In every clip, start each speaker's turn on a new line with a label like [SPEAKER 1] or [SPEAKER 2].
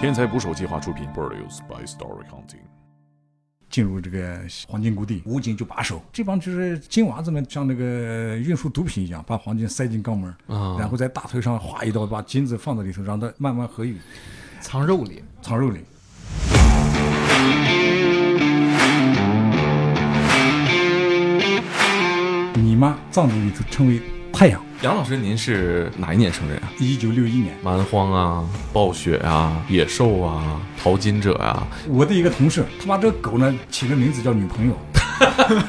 [SPEAKER 1] 天才捕手计划出品，Produced by Story Hunting。
[SPEAKER 2] 进入这个黄金谷地，武警就把守，这帮就是金娃子们，像那个运输毒品一样，把黄金塞进肛门，
[SPEAKER 3] 啊
[SPEAKER 2] 然后在大腿上划一刀，把金子放在里头，让它慢慢合语，
[SPEAKER 3] 藏肉里。
[SPEAKER 2] 藏肉里。你妈藏族里头称为太阳。
[SPEAKER 4] 杨老师，您是哪一年生人啊？
[SPEAKER 2] 一九六一年，
[SPEAKER 4] 蛮荒啊，暴雪啊，野兽啊，淘金者啊，
[SPEAKER 2] 我的一个同事，他把这个狗呢起个名字叫女朋友，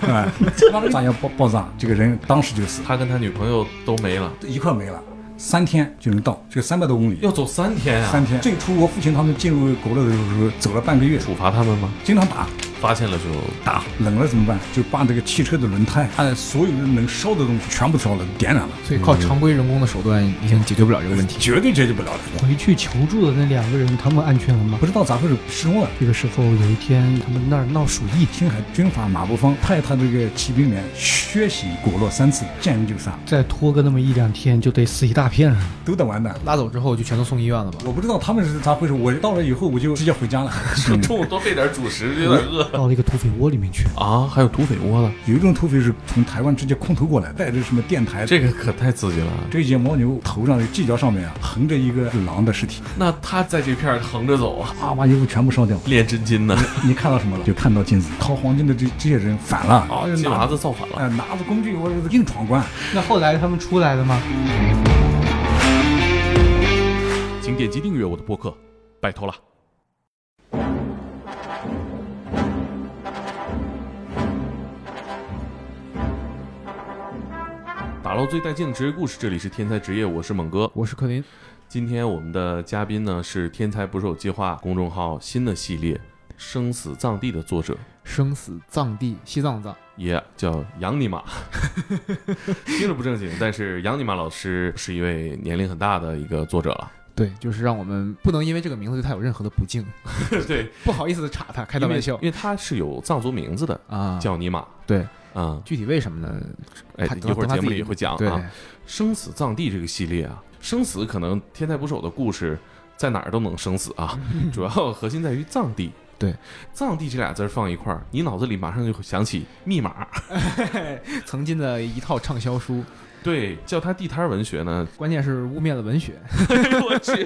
[SPEAKER 2] 哎，他把这个炸药爆爆炸，这个人当时就死，
[SPEAKER 4] 他跟他女朋友都没了，
[SPEAKER 2] 一块没了，三天就能到，这三百多公里，
[SPEAKER 4] 要走三天啊！
[SPEAKER 2] 三天。最初我父亲他们进入国乐的时候走了半个月，
[SPEAKER 4] 处罚他们吗？
[SPEAKER 2] 经常打
[SPEAKER 4] 发现了就
[SPEAKER 2] 打，冷了怎么办？就把这个汽车的轮胎，按所有的能烧的东西全部烧了，点燃了，
[SPEAKER 3] 所以靠常规人工的手段已经解决不了这个问题。
[SPEAKER 2] 绝对解决不了的。
[SPEAKER 5] 回去求助的那两个人，他们安全了吗
[SPEAKER 2] 不？知道咋回事失踪了。
[SPEAKER 5] 这个时候有一天，他们那儿闹鼠疫，
[SPEAKER 2] 青海军阀马步芳派他这个骑兵连血洗果洛三次，见人就杀，
[SPEAKER 5] 再拖个那么一两天，就得死一大片啊了。
[SPEAKER 2] 都得完蛋。
[SPEAKER 3] 拉走之后就全都送医院了吧？
[SPEAKER 2] 我不知道他们是咋回事，我到了以后我就直接回家了。嗯
[SPEAKER 4] 中午多备点主食，有点饿
[SPEAKER 5] 到了一个土匪窝里面去，
[SPEAKER 4] 啊！还有土匪窝了，
[SPEAKER 2] 有一种土匪是从台湾直接空投过来，带着什么电台。
[SPEAKER 4] 这个可太刺激了。
[SPEAKER 2] 这一节牦牛头上的犄角上面啊，横着一个狼的尸体，
[SPEAKER 4] 那他在这片儿横着走啊，
[SPEAKER 2] 啊，把衣服全部烧掉。
[SPEAKER 4] 练真金呢？
[SPEAKER 2] 你看到什么了？就看到金子掏黄金的这这些人反了啊，就
[SPEAKER 4] 金娃
[SPEAKER 2] 拿
[SPEAKER 4] 子造反了。
[SPEAKER 2] 哎拿着工具我硬闯关，
[SPEAKER 5] 那后来他们出来了吗？
[SPEAKER 4] 请点击订阅我的播客，拜托了。打捞最带劲的职业故事，这里是天才职业，我是猛哥。
[SPEAKER 3] 我是克林，
[SPEAKER 4] 今天我们的嘉宾呢是天才捕手计划公众号新的系列《生死藏地》的作者，
[SPEAKER 3] 生死藏地，西藏藏，
[SPEAKER 4] 也、叫杨尼玛， 听着不正经，但是杨尼玛老师是一位年龄很大的一个作者了。
[SPEAKER 3] 对，就是让我们不能因为这个名字对他有任何的不敬，
[SPEAKER 4] 对，
[SPEAKER 3] 不好意思的插他，开他
[SPEAKER 4] 因为
[SPEAKER 3] 玩笑
[SPEAKER 4] 因为他是有藏族名字的，
[SPEAKER 3] 啊。
[SPEAKER 4] 叫尼玛。
[SPEAKER 3] 对，
[SPEAKER 4] 啊，
[SPEAKER 3] 具体为什么呢？
[SPEAKER 4] 哎，
[SPEAKER 3] 他
[SPEAKER 4] 一会儿节目里会讲
[SPEAKER 3] 对，
[SPEAKER 4] 啊。生死藏地这个系列啊，生死可能天才捕手的故事在哪儿都能生死 啊，主要核心在于藏地。
[SPEAKER 3] 对，
[SPEAKER 4] 藏地这俩字儿放一块儿，你脑子里马上就会想起密码。
[SPEAKER 3] 曾经的一套畅销书，
[SPEAKER 4] 对，叫它地摊儿文学 呢？哎
[SPEAKER 3] 关键是污蔑了文 学。
[SPEAKER 4] 我去，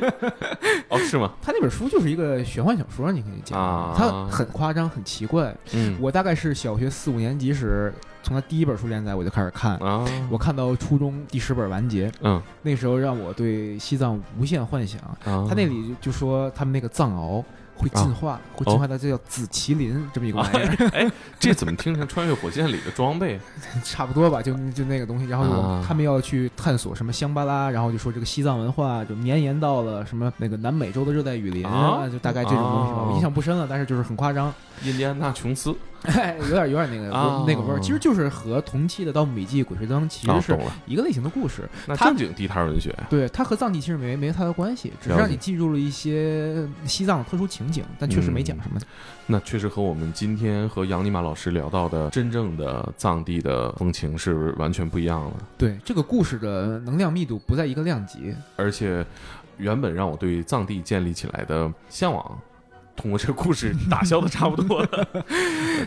[SPEAKER 4] 哦，是吗？
[SPEAKER 3] 他那本书就是一个玄幻小说，你可以讲，
[SPEAKER 4] 啊
[SPEAKER 3] 它很夸张，很奇怪。
[SPEAKER 4] 嗯，
[SPEAKER 3] 我大概是小学四五年级时，从他第一本书连载我就开始看，
[SPEAKER 4] 啊，
[SPEAKER 3] 我看到初中第十本完结，
[SPEAKER 4] 嗯，
[SPEAKER 3] 那时候让我对西藏无限幻想。
[SPEAKER 4] 他
[SPEAKER 3] 他那里就就说他们那个藏獒会进化，
[SPEAKER 4] 啊
[SPEAKER 3] 会进化到这叫紫麒麟这么一个玩意
[SPEAKER 4] 哦
[SPEAKER 3] 儿，
[SPEAKER 4] 这怎么听成穿越火线里的装备？
[SPEAKER 3] 差不多吧，就就那个东西。然后我
[SPEAKER 4] 啊
[SPEAKER 3] 他们要去探索什么香巴拉，然后就说这个西藏文化就绵延到了什么那个南美洲的热带雨林
[SPEAKER 4] 啊
[SPEAKER 3] 就大概这种东西吧。
[SPEAKER 4] 哦
[SPEAKER 3] 我印象不深了，但是就是很夸张，
[SPEAKER 4] 印第安纳琼斯
[SPEAKER 3] 哎有点有点那个味
[SPEAKER 4] 啊
[SPEAKER 3] 儿那个味儿，其实就是和同期的《盗墓笔记》《鬼吹灯》其
[SPEAKER 4] 啊
[SPEAKER 3] 实，
[SPEAKER 4] 懂
[SPEAKER 3] 是
[SPEAKER 4] 了，
[SPEAKER 3] 一个类型的故事。
[SPEAKER 4] 那
[SPEAKER 3] 他
[SPEAKER 4] 正经地摊儿文学
[SPEAKER 3] 对，它和藏地其实没没太大关系，只是
[SPEAKER 4] 了
[SPEAKER 3] 让
[SPEAKER 4] 解
[SPEAKER 3] 你记住了一些西藏的特殊情景，但确实没
[SPEAKER 4] 嗯
[SPEAKER 3] 讲什么。
[SPEAKER 4] 那确实和我们今天和杨尼玛老师聊到的真正的藏地的风情是完全不一样的，
[SPEAKER 3] 对，这个故事的能量密度不在一个量级。
[SPEAKER 4] 而且原本让我对藏地建立起来的向往，通过这故事打消的差不多了。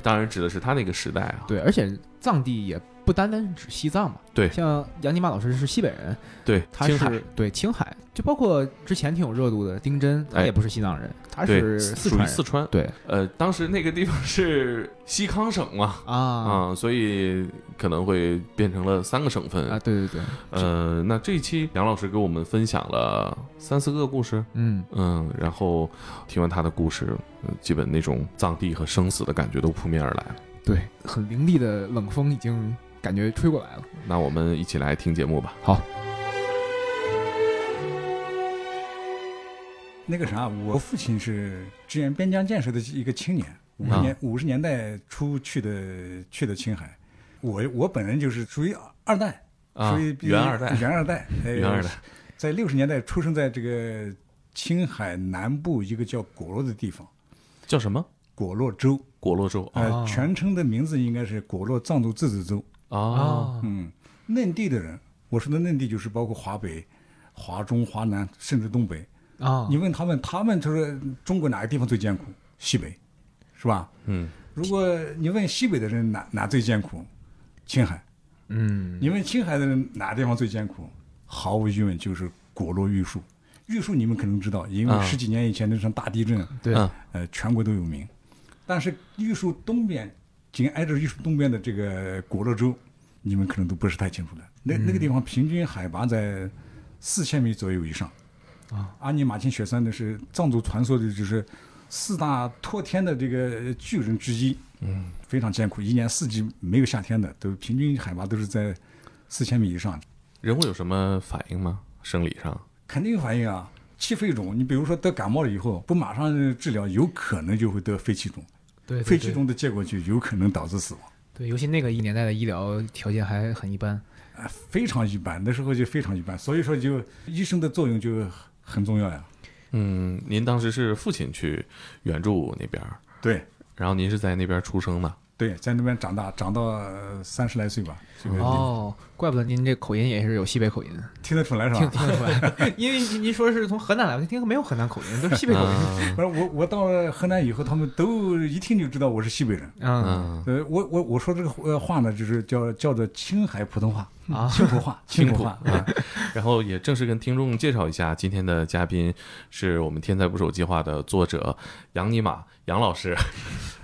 [SPEAKER 4] 当然指的是他那个时代啊，
[SPEAKER 3] 对，而且藏地也不单单是指西藏嘛。
[SPEAKER 4] 对
[SPEAKER 3] 像杨尼玛老师是西北人，
[SPEAKER 4] 对，
[SPEAKER 3] 他
[SPEAKER 4] 青海
[SPEAKER 3] 是对青海，就包括之前挺有热度的丁真，他
[SPEAKER 4] 哎
[SPEAKER 3] 也不是西藏人，他
[SPEAKER 4] 对
[SPEAKER 3] 是
[SPEAKER 4] 属
[SPEAKER 3] 四
[SPEAKER 4] 于
[SPEAKER 3] 川
[SPEAKER 4] 四
[SPEAKER 3] 人。
[SPEAKER 4] 川，
[SPEAKER 3] 对
[SPEAKER 4] 呃，当时那个地方是西康省嘛，
[SPEAKER 3] 啊
[SPEAKER 4] 啊、所以可能会变成了三个省份。
[SPEAKER 3] 啊，对对对，
[SPEAKER 4] 呃，那这一期杨老师给我们分享了三四个故事，
[SPEAKER 3] 嗯，
[SPEAKER 4] 嗯，然后听完他的故事，呃基本那种藏地和生死的感觉都扑面而来了。
[SPEAKER 3] 对，很凌厉的冷风已经感觉吹过来了。
[SPEAKER 4] 那我们一起来听节目吧。
[SPEAKER 3] 好，
[SPEAKER 2] 那个啥，我父亲是支援边疆建设的一个青年，五十
[SPEAKER 4] 啊
[SPEAKER 2] 年五十、年代初去的去的青海，我我本人就是属于二代，
[SPEAKER 4] 啊
[SPEAKER 2] 属于，比
[SPEAKER 4] 原二 代，
[SPEAKER 2] 原二代，哎
[SPEAKER 4] 原二代，
[SPEAKER 2] 在六十年代出生在这个青海南部一个叫果洛的地方，
[SPEAKER 4] 叫什么？
[SPEAKER 2] 果洛州，
[SPEAKER 4] 果洛州啊
[SPEAKER 2] 呃，全称的名字应该是果洛藏族自治州，
[SPEAKER 4] 啊
[SPEAKER 2] 嗯，嫩地的人，我说的嫩地就是包括华北、华中、华南，甚至东北，
[SPEAKER 3] 啊
[SPEAKER 2] 你问他们，他们他说中国哪个地方最艰苦？西北，是吧？
[SPEAKER 4] 嗯，
[SPEAKER 2] 如果你问西北的人哪哪最艰苦，青海；
[SPEAKER 3] 嗯
[SPEAKER 2] 你问青海的人哪个地方最艰苦，毫无疑问就是果洛玉树。玉树你们可能知道，因
[SPEAKER 4] 啊
[SPEAKER 2] 为十几年以前那场大地震，
[SPEAKER 3] 对啊
[SPEAKER 4] 嗯
[SPEAKER 2] 呃，全国都有名。但是玉树东边，紧挨着玉树东边的这个果洛州，你们可能都不是太清楚了。那那个地方平均海拔在四千米左右以上。啊，阿尼玛卿雪山呢是藏族传说的，就是四大托天的这个巨人之一。嗯，非常艰苦，一年四季没有夏天的，都平均海拔都是在四千米以上。
[SPEAKER 4] 人会有什么反应吗？生理上？
[SPEAKER 2] 肯定有反应啊。气肺肿，你比如说得感冒了以后，不马上治疗，有可能就会得肺气肿。
[SPEAKER 5] 对
[SPEAKER 2] 肺气肿的结果就有可能导致死亡，
[SPEAKER 3] 对，尤其那个一年代的医疗条件还很一般。
[SPEAKER 2] 啊，非常一般，那时候就非常一般，所以说就医生的作用就很重要呀。
[SPEAKER 4] 嗯，您当时是父亲去援助那边儿，
[SPEAKER 2] 对
[SPEAKER 4] 然后您是在那边出生的。
[SPEAKER 2] 对，在那边长大，长到呃三十来岁吧，这个
[SPEAKER 3] 哦，怪不得您这口音也是有西北 口音，
[SPEAKER 2] 听得出来是吧？
[SPEAKER 3] 听听得出来。因为您您说是从河南来，我就听没有河南口音，都是西北口音。
[SPEAKER 4] 嗯
[SPEAKER 2] 不是我，我到了河南以后，他们都一听就知道我是西北人。
[SPEAKER 3] 嗯
[SPEAKER 4] 嗯，
[SPEAKER 2] 呃，我我我说这个呃话呢，就是叫叫做青海普通话
[SPEAKER 3] 啊
[SPEAKER 2] 青浦话，青浦话。啊
[SPEAKER 4] 然后也正式跟听众介绍一下，今天的嘉宾是我们“天才捕手”计划的作者杨尼玛杨老师。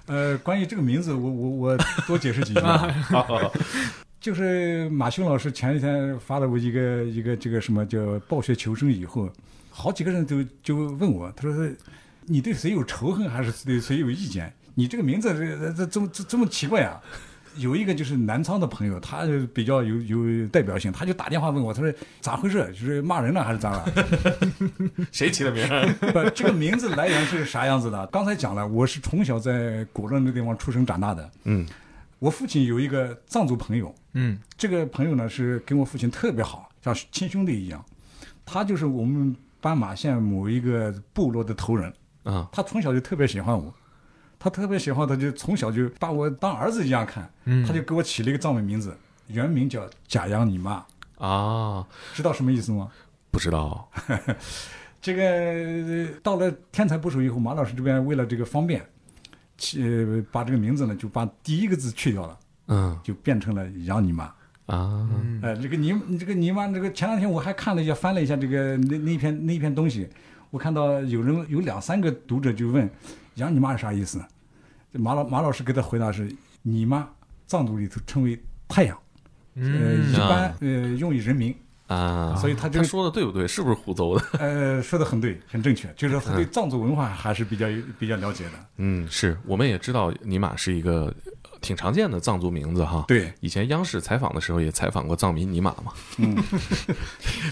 [SPEAKER 2] 呃，关于这个名字，我我我多解释几 句。啊就是马修老师前几天发了我一个一个这个什么叫暴雪求生以后，好几个人都就问我，他说你对谁有仇恨还是对谁有意见？你这个名字呃这这这么这这么奇怪啊！有一个就是南昌的朋友，他就比较有有代表性，他就打电话问我，他说咋回事？就是骂人了还是咋了？
[SPEAKER 4] 谁起的名儿？
[SPEAKER 2] 不，这个名字来源是啥样子的？刚才讲了，我是从小在古乐那地方出生长大的。
[SPEAKER 4] 嗯，
[SPEAKER 2] 我父亲有一个藏族朋友，
[SPEAKER 3] 嗯
[SPEAKER 2] 这个朋友呢是跟我父亲特别好，像亲兄弟一样。他就是我们斑马县某一个部落的头人，
[SPEAKER 4] 啊，
[SPEAKER 2] 他从小就特别喜欢我，他特别喜欢，他就从小就把我当儿子一样看，
[SPEAKER 3] 嗯，
[SPEAKER 2] 他就给我起了一个藏文名字，原名叫贾央你妈，
[SPEAKER 4] 啊，
[SPEAKER 2] 知道什么意思吗？
[SPEAKER 4] 不知道。
[SPEAKER 2] 这个呃到了天才捕手以后，马老师这边为了这个方便，去呃把这个名字呢就把第一个字去掉了，
[SPEAKER 4] 嗯
[SPEAKER 2] 就变成了杨你妈。
[SPEAKER 4] 啊，
[SPEAKER 3] 嗯
[SPEAKER 2] 呃，这个你这个你妈这个前两天我还看了一下，翻了一下这个那那篇那篇东西，我看到有人有两三个读者就问杨你妈是啥意思？马老马老师给他回答是你妈藏族里头称为太阳，呃，一
[SPEAKER 3] 嗯
[SPEAKER 2] 般呃用于人民，
[SPEAKER 4] 啊，
[SPEAKER 2] 所以他就
[SPEAKER 4] 他说的对不对？是不是胡诌的？
[SPEAKER 2] 呃说的很对，很正确，就是他对藏族文化还是比较比较了解的。
[SPEAKER 4] 嗯，是我们也知道尼玛是一个呃挺常见的藏族名字哈。，
[SPEAKER 2] 对，
[SPEAKER 4] 以前央视采访的时候也采访过藏民尼玛嘛。
[SPEAKER 2] 嗯，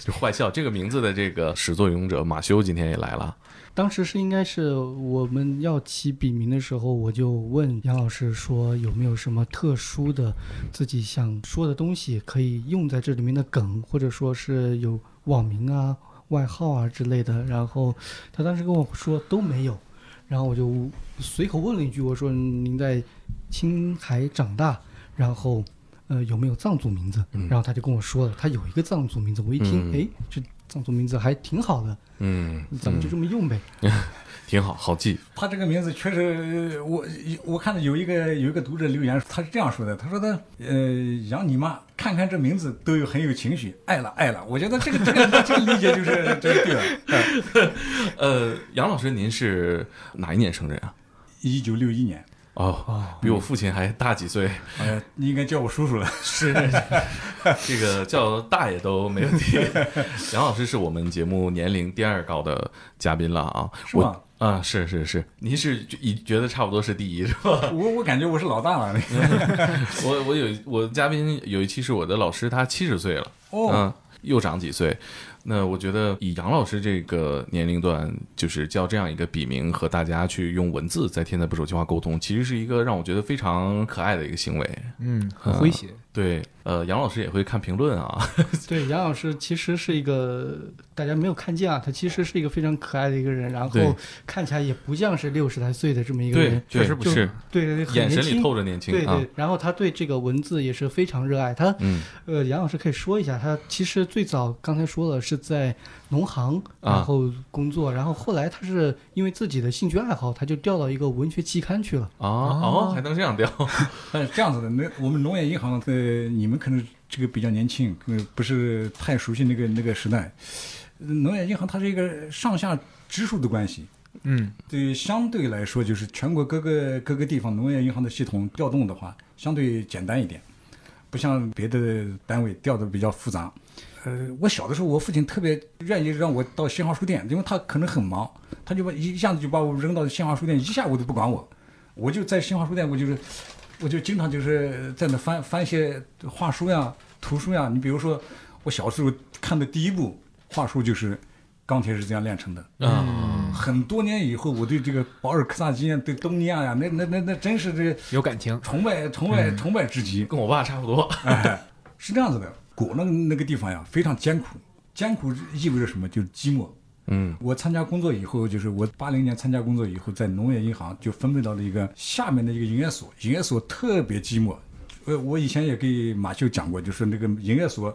[SPEAKER 4] 就坏笑这个名字的这个始作俑者马修今天也来了。
[SPEAKER 5] 当时是应该是我们要起笔名的时候，我就问杨老师说有没有什么特殊的自己想说的东西可以用在这里面的梗，或者说是有网名啊、外号啊之类的。然后他当时跟我说都没有，然后我就随口问了一句，我说您在青海长大，然后。呃，有没有藏族名字？
[SPEAKER 4] 嗯
[SPEAKER 5] 然后他就跟我说了，他有一个藏族名字。我一听，
[SPEAKER 4] 嗯
[SPEAKER 5] 哎、这藏族名字还挺好的，
[SPEAKER 4] 嗯，
[SPEAKER 5] 咱们就这么用呗。
[SPEAKER 4] 挺好，好记。
[SPEAKER 2] 他这个名字确实，呃我我看到有一个有一个读者留言，他是这样说的，他说他呃养你妈，看看这名字都有很有情绪，爱了爱了，我觉得这个这个这个理解就是 真对了。
[SPEAKER 4] 呃，杨老师，您是哪一年生人啊？
[SPEAKER 2] 一九六一年，
[SPEAKER 4] 哦，比我父亲还大几岁，
[SPEAKER 2] 呃，你应该叫我叔叔了。
[SPEAKER 4] 是这个叫大爷都没 问题。杨老师是我们节目年龄第二高的嘉宾了啊，
[SPEAKER 2] 是
[SPEAKER 4] 我
[SPEAKER 2] 吗
[SPEAKER 4] 啊，是是是，您是你觉得差不多是第一是吧？
[SPEAKER 2] 我我感觉我是老大 了。
[SPEAKER 4] 我我有我嘉宾有一期是我的老师，他七十岁了，
[SPEAKER 2] 哦，
[SPEAKER 4] 嗯，又长几岁。那我觉得以杨老师这个年龄段，就是叫这样一个笔名和大家去用文字在天才捕手计划沟通，其实是一个让我觉得非常可爱的一个行为。
[SPEAKER 3] 嗯，很诙谐。
[SPEAKER 4] 对，呃，杨老师也会看评论啊，
[SPEAKER 5] 对，杨老师其实是一个大家没有看见啊，他其实是一个非常可爱的一个人，然
[SPEAKER 4] 对
[SPEAKER 5] 后看起来也不像是六十来岁的这么一个
[SPEAKER 4] 对
[SPEAKER 5] 人，，
[SPEAKER 3] 确实不
[SPEAKER 4] 对是
[SPEAKER 3] 是，
[SPEAKER 5] 对，很
[SPEAKER 4] 眼
[SPEAKER 5] 年
[SPEAKER 4] 神里
[SPEAKER 5] 轻。
[SPEAKER 4] 透着年轻
[SPEAKER 5] 对
[SPEAKER 4] 啊，
[SPEAKER 5] 对，然后他对这个文字也是非常热爱。他
[SPEAKER 4] 嗯
[SPEAKER 5] 呃，杨老师可以说一下，他其实最早刚才说了是在农行
[SPEAKER 4] 啊
[SPEAKER 5] 然后工作，然后后来他是因为自己的兴趣爱好，他就调到一个文学期刊去了。
[SPEAKER 4] 啊哦，还能这样调
[SPEAKER 2] 但是这样子的，那我们农业银行呃，你们可能这个比较年轻，可能不是太熟悉那个那个时代。呃农业银行它是一个上下直属的关系，
[SPEAKER 3] 嗯，
[SPEAKER 2] 对，相对来说就是全国各个各个地方农业银行的系统调动的话，相对简单一点，不像别的单位调的比较复杂。呃，我小的时候，我父亲特别愿意让我到新华书店，因为他可能很忙，他就把一下子就把我扔到新华书店，一下午都不管我，我就在新华书店，我就是，我就经常就是在那翻翻一些画书呀、图书呀。你比如说，我小时候看的第一部画书就是《钢铁是怎样炼成的》，
[SPEAKER 4] 啊，
[SPEAKER 2] 很多年以后，我对这个保尔·柯萨金啊，对东尼亚呀，那那那那真是这
[SPEAKER 3] 有感情，
[SPEAKER 2] 崇拜崇拜崇拜至极。
[SPEAKER 4] 嗯跟我爸差不多。
[SPEAKER 2] 哎，是这样子的，果那个那个地方呀，非常艰苦，艰苦意味着什么？就是寂寞。
[SPEAKER 4] 嗯
[SPEAKER 2] 我参加工作以后，就是我八零年参加工作以后，在农业银行就分配到了一个下面的一个营业所，营业所特别寂寞。呃，我以前也给马修讲过，就是那个营业所，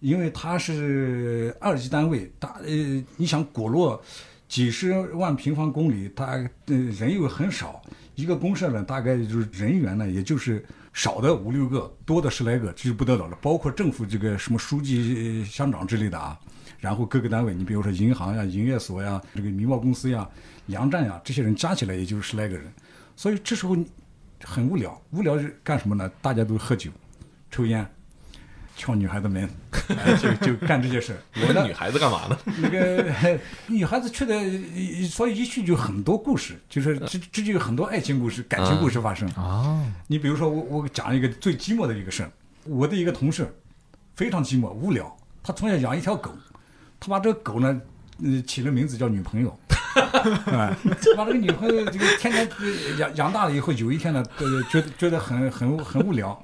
[SPEAKER 2] 因为它是二级单位，它呃，你想果洛几十万平方公里，它呃人又很少，一个公社呢大概就是人员呢，也就是少的五六个，多的十来个，这就不得了了。包括政府这个什么书记、呃乡长之类的啊，然后各个单位，你比如说银行呀、营业所呀、这个民贸公司呀、粮站呀，这些人加起来也就是十来个人，所以这时候你很无聊，无聊是干什么呢？大家都喝酒、抽烟、敲女孩的门，哎 就就干这些 事儿。
[SPEAKER 4] 我那女孩子干嘛呢？
[SPEAKER 2] 那个女孩子去的，所以一去就很多故事，就是
[SPEAKER 4] 呃
[SPEAKER 2] 这这就有很多爱情故事、感情故
[SPEAKER 4] 嗯
[SPEAKER 2] 事发生。
[SPEAKER 3] 哦，
[SPEAKER 2] 你比如说我，我讲一个最寂寞的一个事儿，我的一个同事非常寂寞无聊，他从小养一条狗，他把这个狗呢，呃，起了名字叫女朋友。 哎，把这个女朋友这个天天呃养养大了以后，有一天呢，呃，觉得觉得很 很很无聊。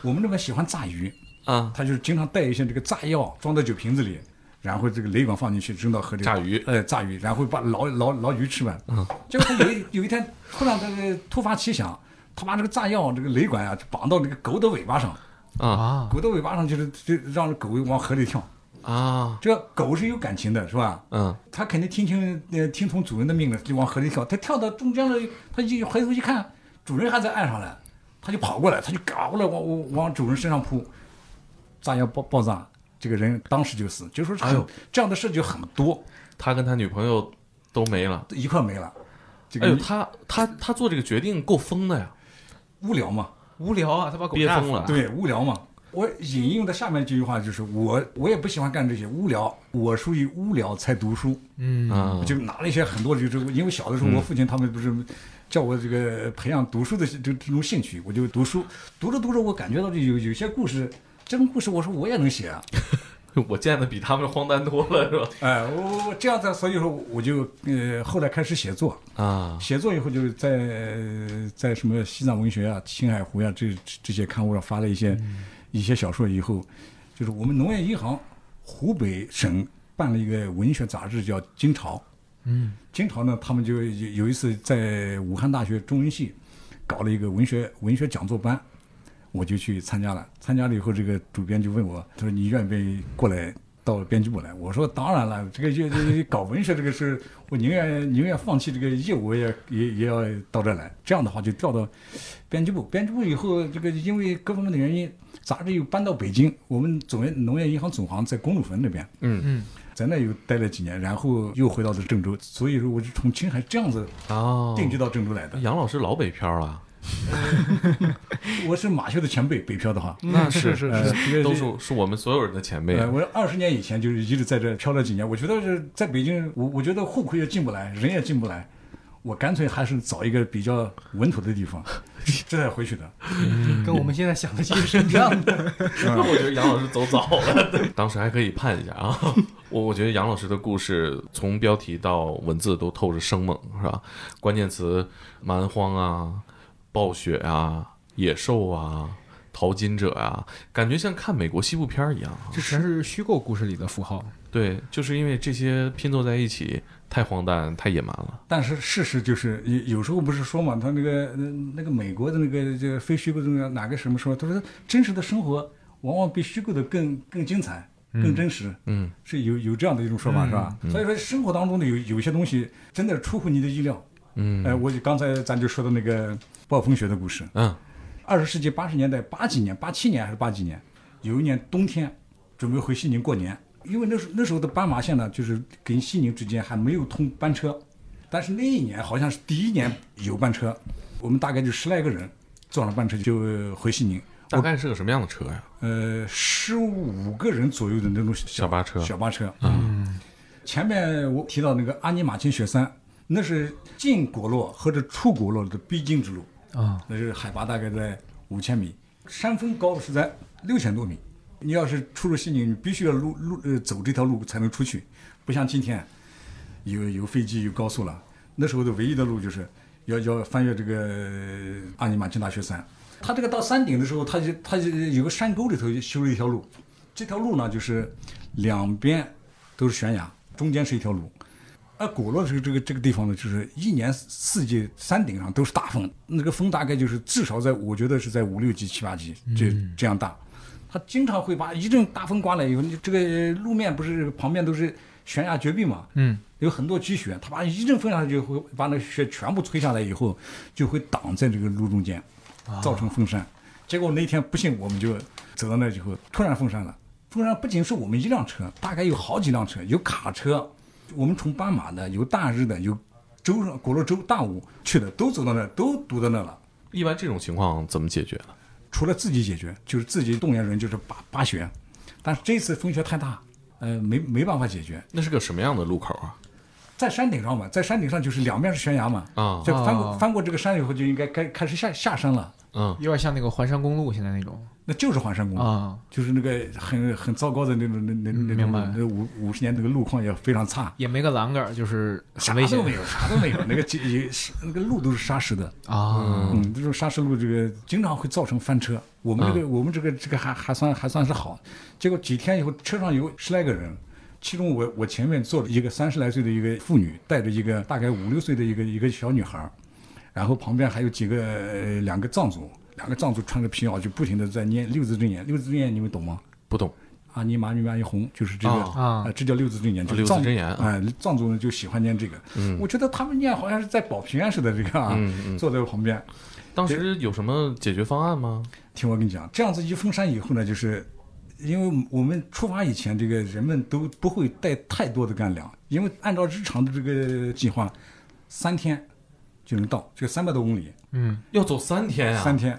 [SPEAKER 2] 我们那边喜欢炸鱼，
[SPEAKER 4] 啊，
[SPEAKER 2] 他就是经常带一些这个炸药装到酒瓶子里，然后这个雷管放进去扔到河里
[SPEAKER 4] 炸鱼
[SPEAKER 2] 呃，炸鱼，然后把老老老鱼吃完。嗯，结果他有一有一天突然这个突发奇想，他把这个炸药这个雷管啊就绑到这个狗的尾巴上，
[SPEAKER 3] 啊，
[SPEAKER 2] 狗的尾巴上就是就让狗往河里跳。
[SPEAKER 4] 啊，
[SPEAKER 2] 这狗是有感情的，是吧？
[SPEAKER 4] 嗯，
[SPEAKER 2] 它肯定听清呃听从主人的命令就往河里跳，它跳到中间了，它一回头一看，主人还在岸上呢，它就跑过来，它就嘎过来往往往主人身上扑，炸药爆爆炸，这个人当时就死，就说
[SPEAKER 4] 哎
[SPEAKER 2] 哎
[SPEAKER 4] 呦
[SPEAKER 2] 呦这样的事就很多，
[SPEAKER 4] 他跟他女朋友都没了。
[SPEAKER 2] 一块没了，这
[SPEAKER 4] 哎呦，
[SPEAKER 2] 个
[SPEAKER 4] 他他他做这个决定够疯的呀，
[SPEAKER 2] 无聊嘛，
[SPEAKER 3] 无聊啊，他把狗
[SPEAKER 4] 憋
[SPEAKER 3] 炸
[SPEAKER 4] 疯了。
[SPEAKER 2] 对，无聊嘛。我引用的下面这句话就是我我也不喜欢干这些无聊，我属于无聊才读书。
[SPEAKER 3] 嗯
[SPEAKER 4] 啊，
[SPEAKER 2] 就拿了一些很多就是因为小的时候我父亲他们不是叫我这个培养读书的这这种兴趣，我就读书，读着读着我感觉到这有有些故事，这种故事我说我也能写啊，
[SPEAKER 4] 我见的比他们荒诞多了，是吧？
[SPEAKER 2] 哎，我我这样子，所以说我就呃后来开始写作，
[SPEAKER 4] 啊，
[SPEAKER 2] 写作以后就是在呃在什么西藏文学啊、青海湖呀、这这这些刊物上发了一些、一些小说以后，就是我们农业银行湖北省办了一个文学杂志叫《金朝》，
[SPEAKER 3] 嗯，
[SPEAKER 2] 金朝呢，他们就有有一次在武汉大学中文系搞了一个文学文学讲座班，我就去参加了。参加了以后，这个主编就问我，他说你愿不愿意过来到编辑部来？我说当然了，这个就就搞文学这个事，我宁愿宁愿放弃这个业务，我也也也要到这儿来。这样的话就调到编辑部，编辑部以后，这个因为各方面的原因，杂志又搬到北京，我们总业农业银行总行在公主坟那边。
[SPEAKER 3] 嗯，
[SPEAKER 2] 在那又待了几年，然后又回到了郑州，所以说我是从青海这样子
[SPEAKER 4] 哦，
[SPEAKER 2] 定居到郑州来的。
[SPEAKER 4] 杨老师老北漂了，
[SPEAKER 2] 我是马修的前辈，北漂的话，
[SPEAKER 4] 那是
[SPEAKER 5] 是
[SPEAKER 3] 嗯
[SPEAKER 2] 呃，这个
[SPEAKER 4] 嗯都是是我们所有人的前辈啊
[SPEAKER 2] 呃，我二十年以前就是一直在这漂了几年，我觉得是在北京，我我觉得户口也进不来，人也进不来，我干脆还是找一个比较稳妥的地方，这才回去的。
[SPEAKER 4] 嗯
[SPEAKER 5] 跟我们现在想的其实是一样的。
[SPEAKER 4] 我觉得杨老师走早了，当时还可以盼一下啊。 我我觉得杨老师的故事从标题到文字都透着生猛，是吧？关键词蛮荒啊、暴雪啊、野兽啊、淘金者啊，感觉像看美国西部片儿一样啊。
[SPEAKER 3] 这全是虚构故事里的符号。
[SPEAKER 4] 对，就是因为这些拼凑在一起太荒诞、太野蛮了。
[SPEAKER 2] 但是事实就是，有有时候不是说嘛，他那个呃那个美国的那个这个非虚构的那个哪个什么说，他说真实的生活往往比虚构的更更精彩。更真实，
[SPEAKER 4] 嗯
[SPEAKER 2] 是有有这样的一种说法是吧？所以说生活当中的有有些东西真的出乎你的意料。
[SPEAKER 4] 嗯
[SPEAKER 2] 哎、我就刚才咱就说的那个暴风雪的故事，
[SPEAKER 4] 嗯
[SPEAKER 2] 二十世纪八十年代八几年，八七年还是八几年，有一年冬天，准备回西宁过年，因为那时候那时候的斑马线呢，就是跟西宁之间还没有通班车，但是那一年好像是第一年有班车，我们大概就十来个人坐上班车就回西宁，
[SPEAKER 4] 大概是个什么样的车呀？
[SPEAKER 2] 呃，十五个人左右的那种小
[SPEAKER 4] 小巴车
[SPEAKER 2] 小巴车。嗯，前面我提到那个阿尼马钦雪山，那是进国洛或者出国洛的必经之路
[SPEAKER 3] 啊，
[SPEAKER 2] 那是海拔大概在五千米，山峰高的是在六千多米。你要是出入西宁，你必须要路路呃走这条路才能出去，不像今天有有飞机有高速了。那时候的唯一的路就是要要翻越这个呃阿尼马钦大雪山。它这个到山顶的时候，它就它就有个山沟里头就修了一条路，这条路呢就是两边都是悬崖，中间是一条路。而果洛这个这个这个地方呢，就是一年四季山顶上都是大风，那个风大概就是至少在我觉得是在五六级七八级这这样大，它经常会把一阵大风刮来以后，你这个路面不是旁边都是悬崖绝壁嘛，
[SPEAKER 3] 嗯，
[SPEAKER 2] 有很多积雪，它把一阵风下去就会把那雪全部吹下来以后，就会挡在这个路中间，造成封山。结果那天不幸我们就走到那以后，突然封山了。封山不仅是我们一辆车，大概有好几辆车，有卡车，我们从斑马的，有大日的，有州上果洛州大武去的，都走到那，都堵到那了。
[SPEAKER 4] 一般这种情况怎么解决呢？
[SPEAKER 2] 除了自己解决，就是自己动员人，就是拔拔雪。但是这次风雪太大，呃，没没办法解决。
[SPEAKER 4] 那是个什么样的路口啊？
[SPEAKER 2] 在山顶上嘛，在山顶上就是两面是悬崖嘛，
[SPEAKER 4] 啊
[SPEAKER 2] 就翻过、
[SPEAKER 3] 哦
[SPEAKER 2] 翻过这个山以后就应该开开始下下山了，
[SPEAKER 4] 嗯
[SPEAKER 3] 有点像那个环山公路现在那种
[SPEAKER 2] 那就是环山公路，
[SPEAKER 3] 啊，
[SPEAKER 2] 就是那个很很糟糕的那种那那那
[SPEAKER 3] 嗯
[SPEAKER 2] 那
[SPEAKER 3] 明白
[SPEAKER 2] 那五五十年那个路况也非常差，
[SPEAKER 3] 也没个栏杆儿，就是
[SPEAKER 2] 啥
[SPEAKER 3] 很危险
[SPEAKER 2] 都没有，啥都没有，那个就也是那个路都是沙石的，
[SPEAKER 3] 啊。
[SPEAKER 2] 嗯，这种沙石路这个经常会造成翻车。我们
[SPEAKER 4] 嗯
[SPEAKER 2] 这个、我们这个这个还还算还算是好，结果几天以后车上有十来个人，其中我我前面坐着一个三十来岁的一个妇女，带着一个大概五六岁的一个一个小女孩儿，然后旁边还有几个、呃两个藏族，两个藏族穿着皮袄就不停的在念六字真言，六字真言你们懂吗？啊
[SPEAKER 4] 不懂。
[SPEAKER 2] 阿尼玛尼玛一红，就是这个
[SPEAKER 4] 啊
[SPEAKER 2] 呃这叫六字真言，就是
[SPEAKER 4] 六字
[SPEAKER 2] 藏
[SPEAKER 4] 真言啊嗯
[SPEAKER 2] 哎，藏族人就喜欢念这个。我觉得他们念好像是在保平安似的，这个啊，坐在我旁边，
[SPEAKER 4] 当时有什么解决方案吗？
[SPEAKER 2] 听我跟你讲，这样子一封山以后呢，就是因为我们出发以前，这个人们都不会带太多的干粮，因为按照日常的这个计划，三天就能到，这个三百多公里，
[SPEAKER 3] 嗯，
[SPEAKER 4] 要走三天啊，
[SPEAKER 2] 三天。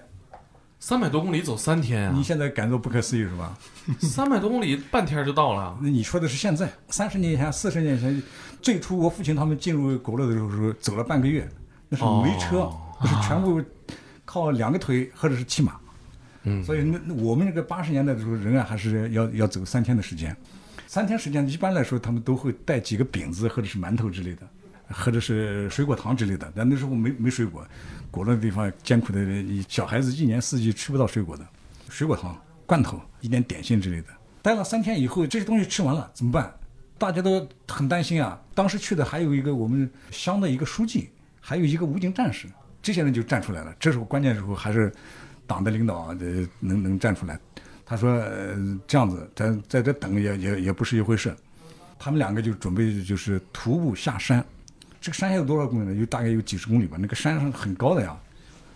[SPEAKER 4] 三百多公里走三天啊
[SPEAKER 2] 你，现在感到不可思议是吧？
[SPEAKER 4] 三百多公里半天就到了。
[SPEAKER 2] 那你说的是现在，三十年前、四十年前，最初我父亲他们进入国乐的时候走了半个月，那是没车，那是全部靠两个腿或者是骑马。
[SPEAKER 4] 嗯
[SPEAKER 2] 所以那那我们那个八十年代的时候，仍然还是要要走三天的时间。三天时间一般来说，他们都会带几个饼子或者是馒头之类的，或者是水果糖之类的。但那时候没没水果，果那地方艰苦的人，小孩子一年四季吃不到水果的，水果糖、罐头、一点点心之类的。待了三天以后，这些东西吃完了怎么办？大家都很担心啊。当时去的还有一个我们乡的一个书记，还有一个武警战士，这些人就站出来了。这时候关键时候还是党的领导啊呃能能站出来。他说、呃、这样子，咱在这等也也也不是一回事。他们两个就准备就是徒步下山，这个山有多少公里呢？有大概有几十公里吧。那个山上很高的呀，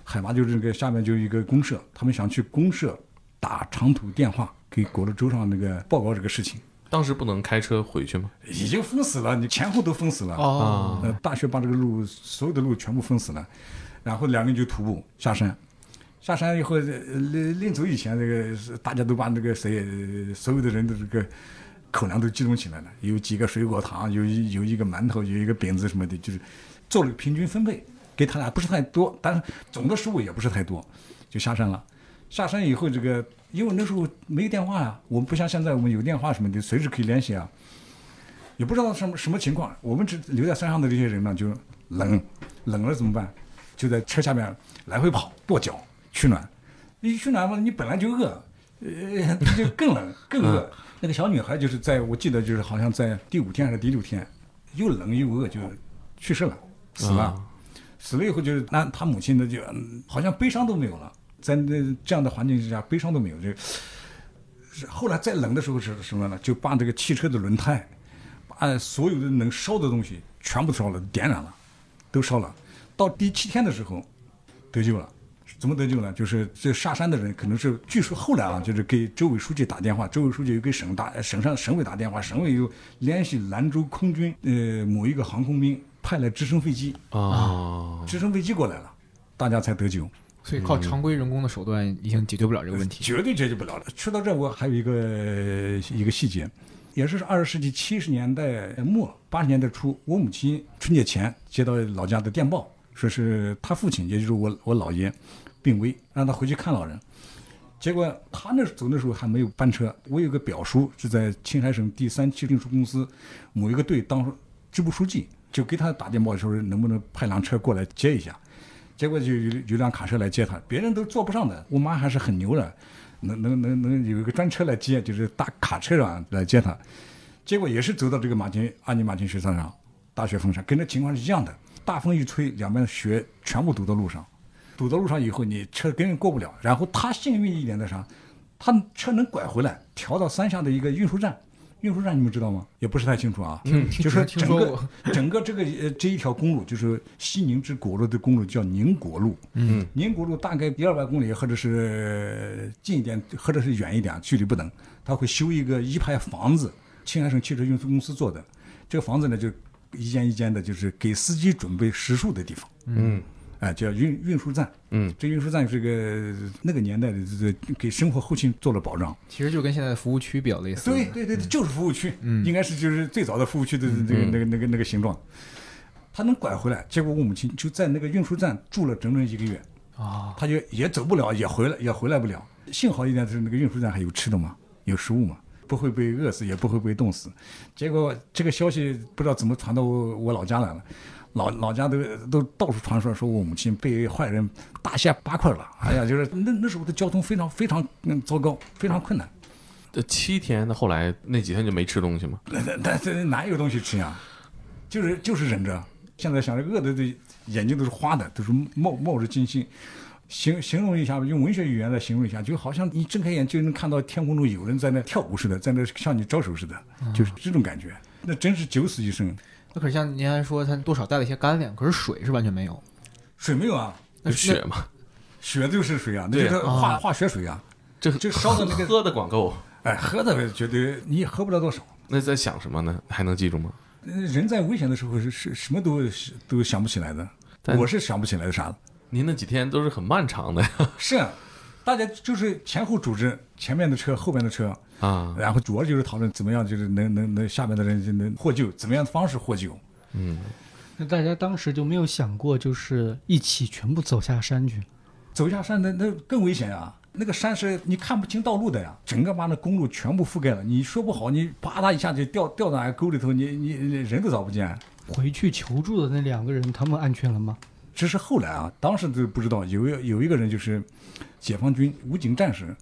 [SPEAKER 2] 海拔就是这个下面就一个公社，他们想去公社打长途电话给果乐州上那个报告这个事情，
[SPEAKER 4] 当时不能开车回去吗？
[SPEAKER 2] 已经封死了，你前后都封死了。
[SPEAKER 3] 哦，
[SPEAKER 2] 呃，大学把这个路所有的路全部封死了，然后两个人就徒步下山。下山以后，呃临临走以前，这个是大家都把那个谁，呃所有的人的这个口粮都集中起来了，有几个水果糖，有一有一个馒头，有一个饼子什么的，就是做了个平均分配，给他俩不是太多，但是总的食物也不是太多，就下山了。下山以后，这个因为那时候没有电话呀、啊我们不像现在我们有电话什么的，随时可以联系啊。也不知道什么什么情况，我们只留在山上的这些人呢，就是冷，冷了怎么办？就在车下面来回跑跺脚取暖。一取暖嘛，你本来就饿，呃， 就更冷更饿。那个小女孩就是在我记得就是好像在第五天还是第六天，又冷又饿就去世了，死了。死了以后就是那他母亲呢就嗯好像悲伤都没有了，在那这样的环境之下悲伤都没有，就是后来再冷的时候是什么呢？就把这个汽车的轮胎，把所有的能烧的东西全部烧了，点燃了，都烧了。到第七天的时候，得救了。怎么得救呢？就是这下山的人，可能是据说后来啊，就是给州委书记打电话，州委书记又给省大、呃省上省委打电话，省委又联系兰州空军呃某一个航空兵派来直升飞机，
[SPEAKER 4] 哦，
[SPEAKER 2] 直升飞机过来了，大家才得救。
[SPEAKER 3] 所以靠常规人工的手段已经解决不了这个问题。
[SPEAKER 2] 绝对解决不了的。说到这，我还有一个呃一个细节，也是二十世纪七十年代末八十年代初，我母亲春节前接到老家的电报，说是她父亲，也就是我我姥爷病危，让她回去看老人。结果他那时候走那时候还没有班车，我有个表叔是在青海省第三汽运输公司某一个队当支部书记，就给他打电报说是能不能派辆车过来接一下。结果就有有辆卡车来接他，别人都坐不上的，我妈还是很牛的，能能能能有一个专车来接，就是大卡车上来接他。结果也是走到这个马金阿尼马金雪山上，大雪封山，跟这情况是一样的。大风一吹，两边的雪全部堵到路上，堵到路上以后，你车根本过不了。然后他幸运一点的啥，他车能拐回来，调到山下的一个运输站。运输站你们知道吗？也不是太清楚啊。嗯，就是说
[SPEAKER 3] 听
[SPEAKER 2] 整
[SPEAKER 3] 说
[SPEAKER 2] 个整个这个呃这一条公路，就是西宁至果洛的公路叫宁果路。嗯，宁果路大概一二百公里，或者是呃近一点，或者是远一点，距离不等。他会修一个一排房子，青海省汽车运输公司做的。这个房子呢，就一间一间的，就是给司机准备食宿的地方。
[SPEAKER 4] 嗯，
[SPEAKER 2] 哎，叫运运输站。
[SPEAKER 4] 嗯，
[SPEAKER 2] 这运输站是个那个年代的，这这给生活后勤做了保障。
[SPEAKER 3] 其实就跟现在的嗯服务区比较类似。
[SPEAKER 2] 对对对，就是服务区，应该是就是最早的服务区的
[SPEAKER 3] 嗯
[SPEAKER 2] 那个那个那个那个形状。他能拐回来，结果我母亲就在那个运输站住了整整一个月，
[SPEAKER 3] 啊，
[SPEAKER 2] 他就也走不了，也回来也回来不了。幸好一点就是那个运输站还有吃的嘛，有食物嘛，不会被饿死，也不会被冻死。结果这个消息不知道怎么传到我我老家来了。老老家都都到处传说说我母亲被坏人大卸八块了，哎呀，就是那那时候的交通非常非常嗯糟糕，非常困难。
[SPEAKER 4] 这七天，那后来那几天就没吃东西吗？
[SPEAKER 2] 那那这哪有东西吃呀？就是就是忍着。现在想着饿的这眼睛都是花的，都是冒冒着金星。形形容一下吧，用文学语言来形容一下，就好像你睁开眼就能看到天空中有人在那跳舞似的，在那向你招手似的，就是这种感觉。那真是九死一生。
[SPEAKER 3] 那可是像您还说他多少带了一些干粮，可是水是完全没有。
[SPEAKER 2] 水没有啊，
[SPEAKER 3] 那
[SPEAKER 4] 有
[SPEAKER 3] 是
[SPEAKER 4] 血嘛，
[SPEAKER 2] 血就是水啊，那就是
[SPEAKER 4] 对
[SPEAKER 2] 化化学水啊。
[SPEAKER 4] 这
[SPEAKER 2] 就烧的那个
[SPEAKER 4] 喝的广告，
[SPEAKER 2] 哎，喝的绝对你也喝不了多少。
[SPEAKER 4] 那在想什么呢？还能记住吗？
[SPEAKER 2] 呃人在危险的时候是是什么都是都想不起来的，
[SPEAKER 4] 但
[SPEAKER 2] 我是想不起来的啥的。
[SPEAKER 4] 您那几天都是很漫长的呀
[SPEAKER 2] 是啊，大家就是前后组织，前面的车，后边的车，
[SPEAKER 4] 啊，
[SPEAKER 2] 然后主要就是讨论怎么样，就是能能能下面的人就能获救，怎么样的方式获救。
[SPEAKER 5] 那大家当时就没有想过，就是一起全部走下山去。
[SPEAKER 2] 走下山那那更危险啊！那个山是你看不清道路的呀，整个把那公路全部覆盖了，你说不好，你啪嗒一下就掉掉到哪个沟里头，你你你人都找不见。
[SPEAKER 5] 回去求助的那两个人，他们安全了吗？
[SPEAKER 2] 这是后来啊，当时都不知道有一有一个人就是解放军武警战士，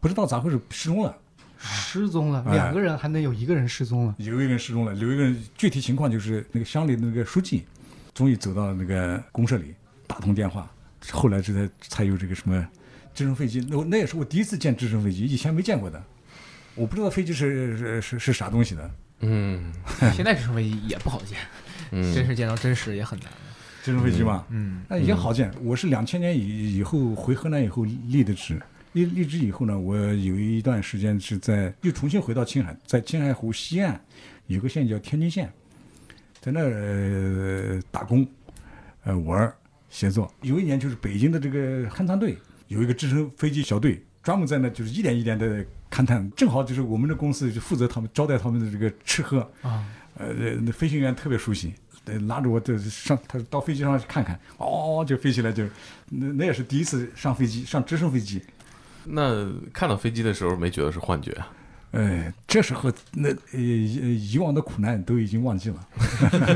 [SPEAKER 2] 不知道咋回事失踪了。
[SPEAKER 5] 啊失踪了，
[SPEAKER 2] 哎
[SPEAKER 5] 两个人还能有一个人失踪了。
[SPEAKER 2] 有一个人失踪了，有一个人具体情况就是那个乡里的那个书记，终于走到那个公社里打通电话，后来这才才有这个什么直升飞机。那我那也是我第一次见直升飞机，以前没见过的，我不知道飞机是是是是啥东西的。
[SPEAKER 4] 嗯，
[SPEAKER 3] 现在直升飞机也不好见， 真是见到真实也很难。
[SPEAKER 2] 直升飞机嘛，
[SPEAKER 3] 嗯，
[SPEAKER 2] 那也好见。我是两千年以以后回河南以后立的职，立立职以后呢，我有一段时间是在又重新回到青海，在青海湖西岸有个县叫天津县，在那儿、呃打工，呃玩儿写作。有一年就是北京的这个勘探队有一个直升飞机小队，专门在那就是一点一点的勘探，正好就是我们的公司就负责他们招待他们的这个吃喝。
[SPEAKER 3] 啊，
[SPEAKER 2] 呃，那飞行员特别熟悉，呃拉着我这上，他到飞机上去看看，哦，就飞起来就，那那也是第一次上飞机，上直升飞机，
[SPEAKER 4] 那看到飞机的时候没觉得是幻觉啊？
[SPEAKER 2] 哎，这时候那呃以以往的苦难都已经忘记了，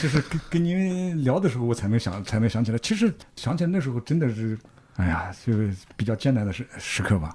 [SPEAKER 2] 就是跟跟您聊的时候，我才能想才能想起来，其实呃想起来那时候真的是，哎呀，就是比较艰难的时时刻吧。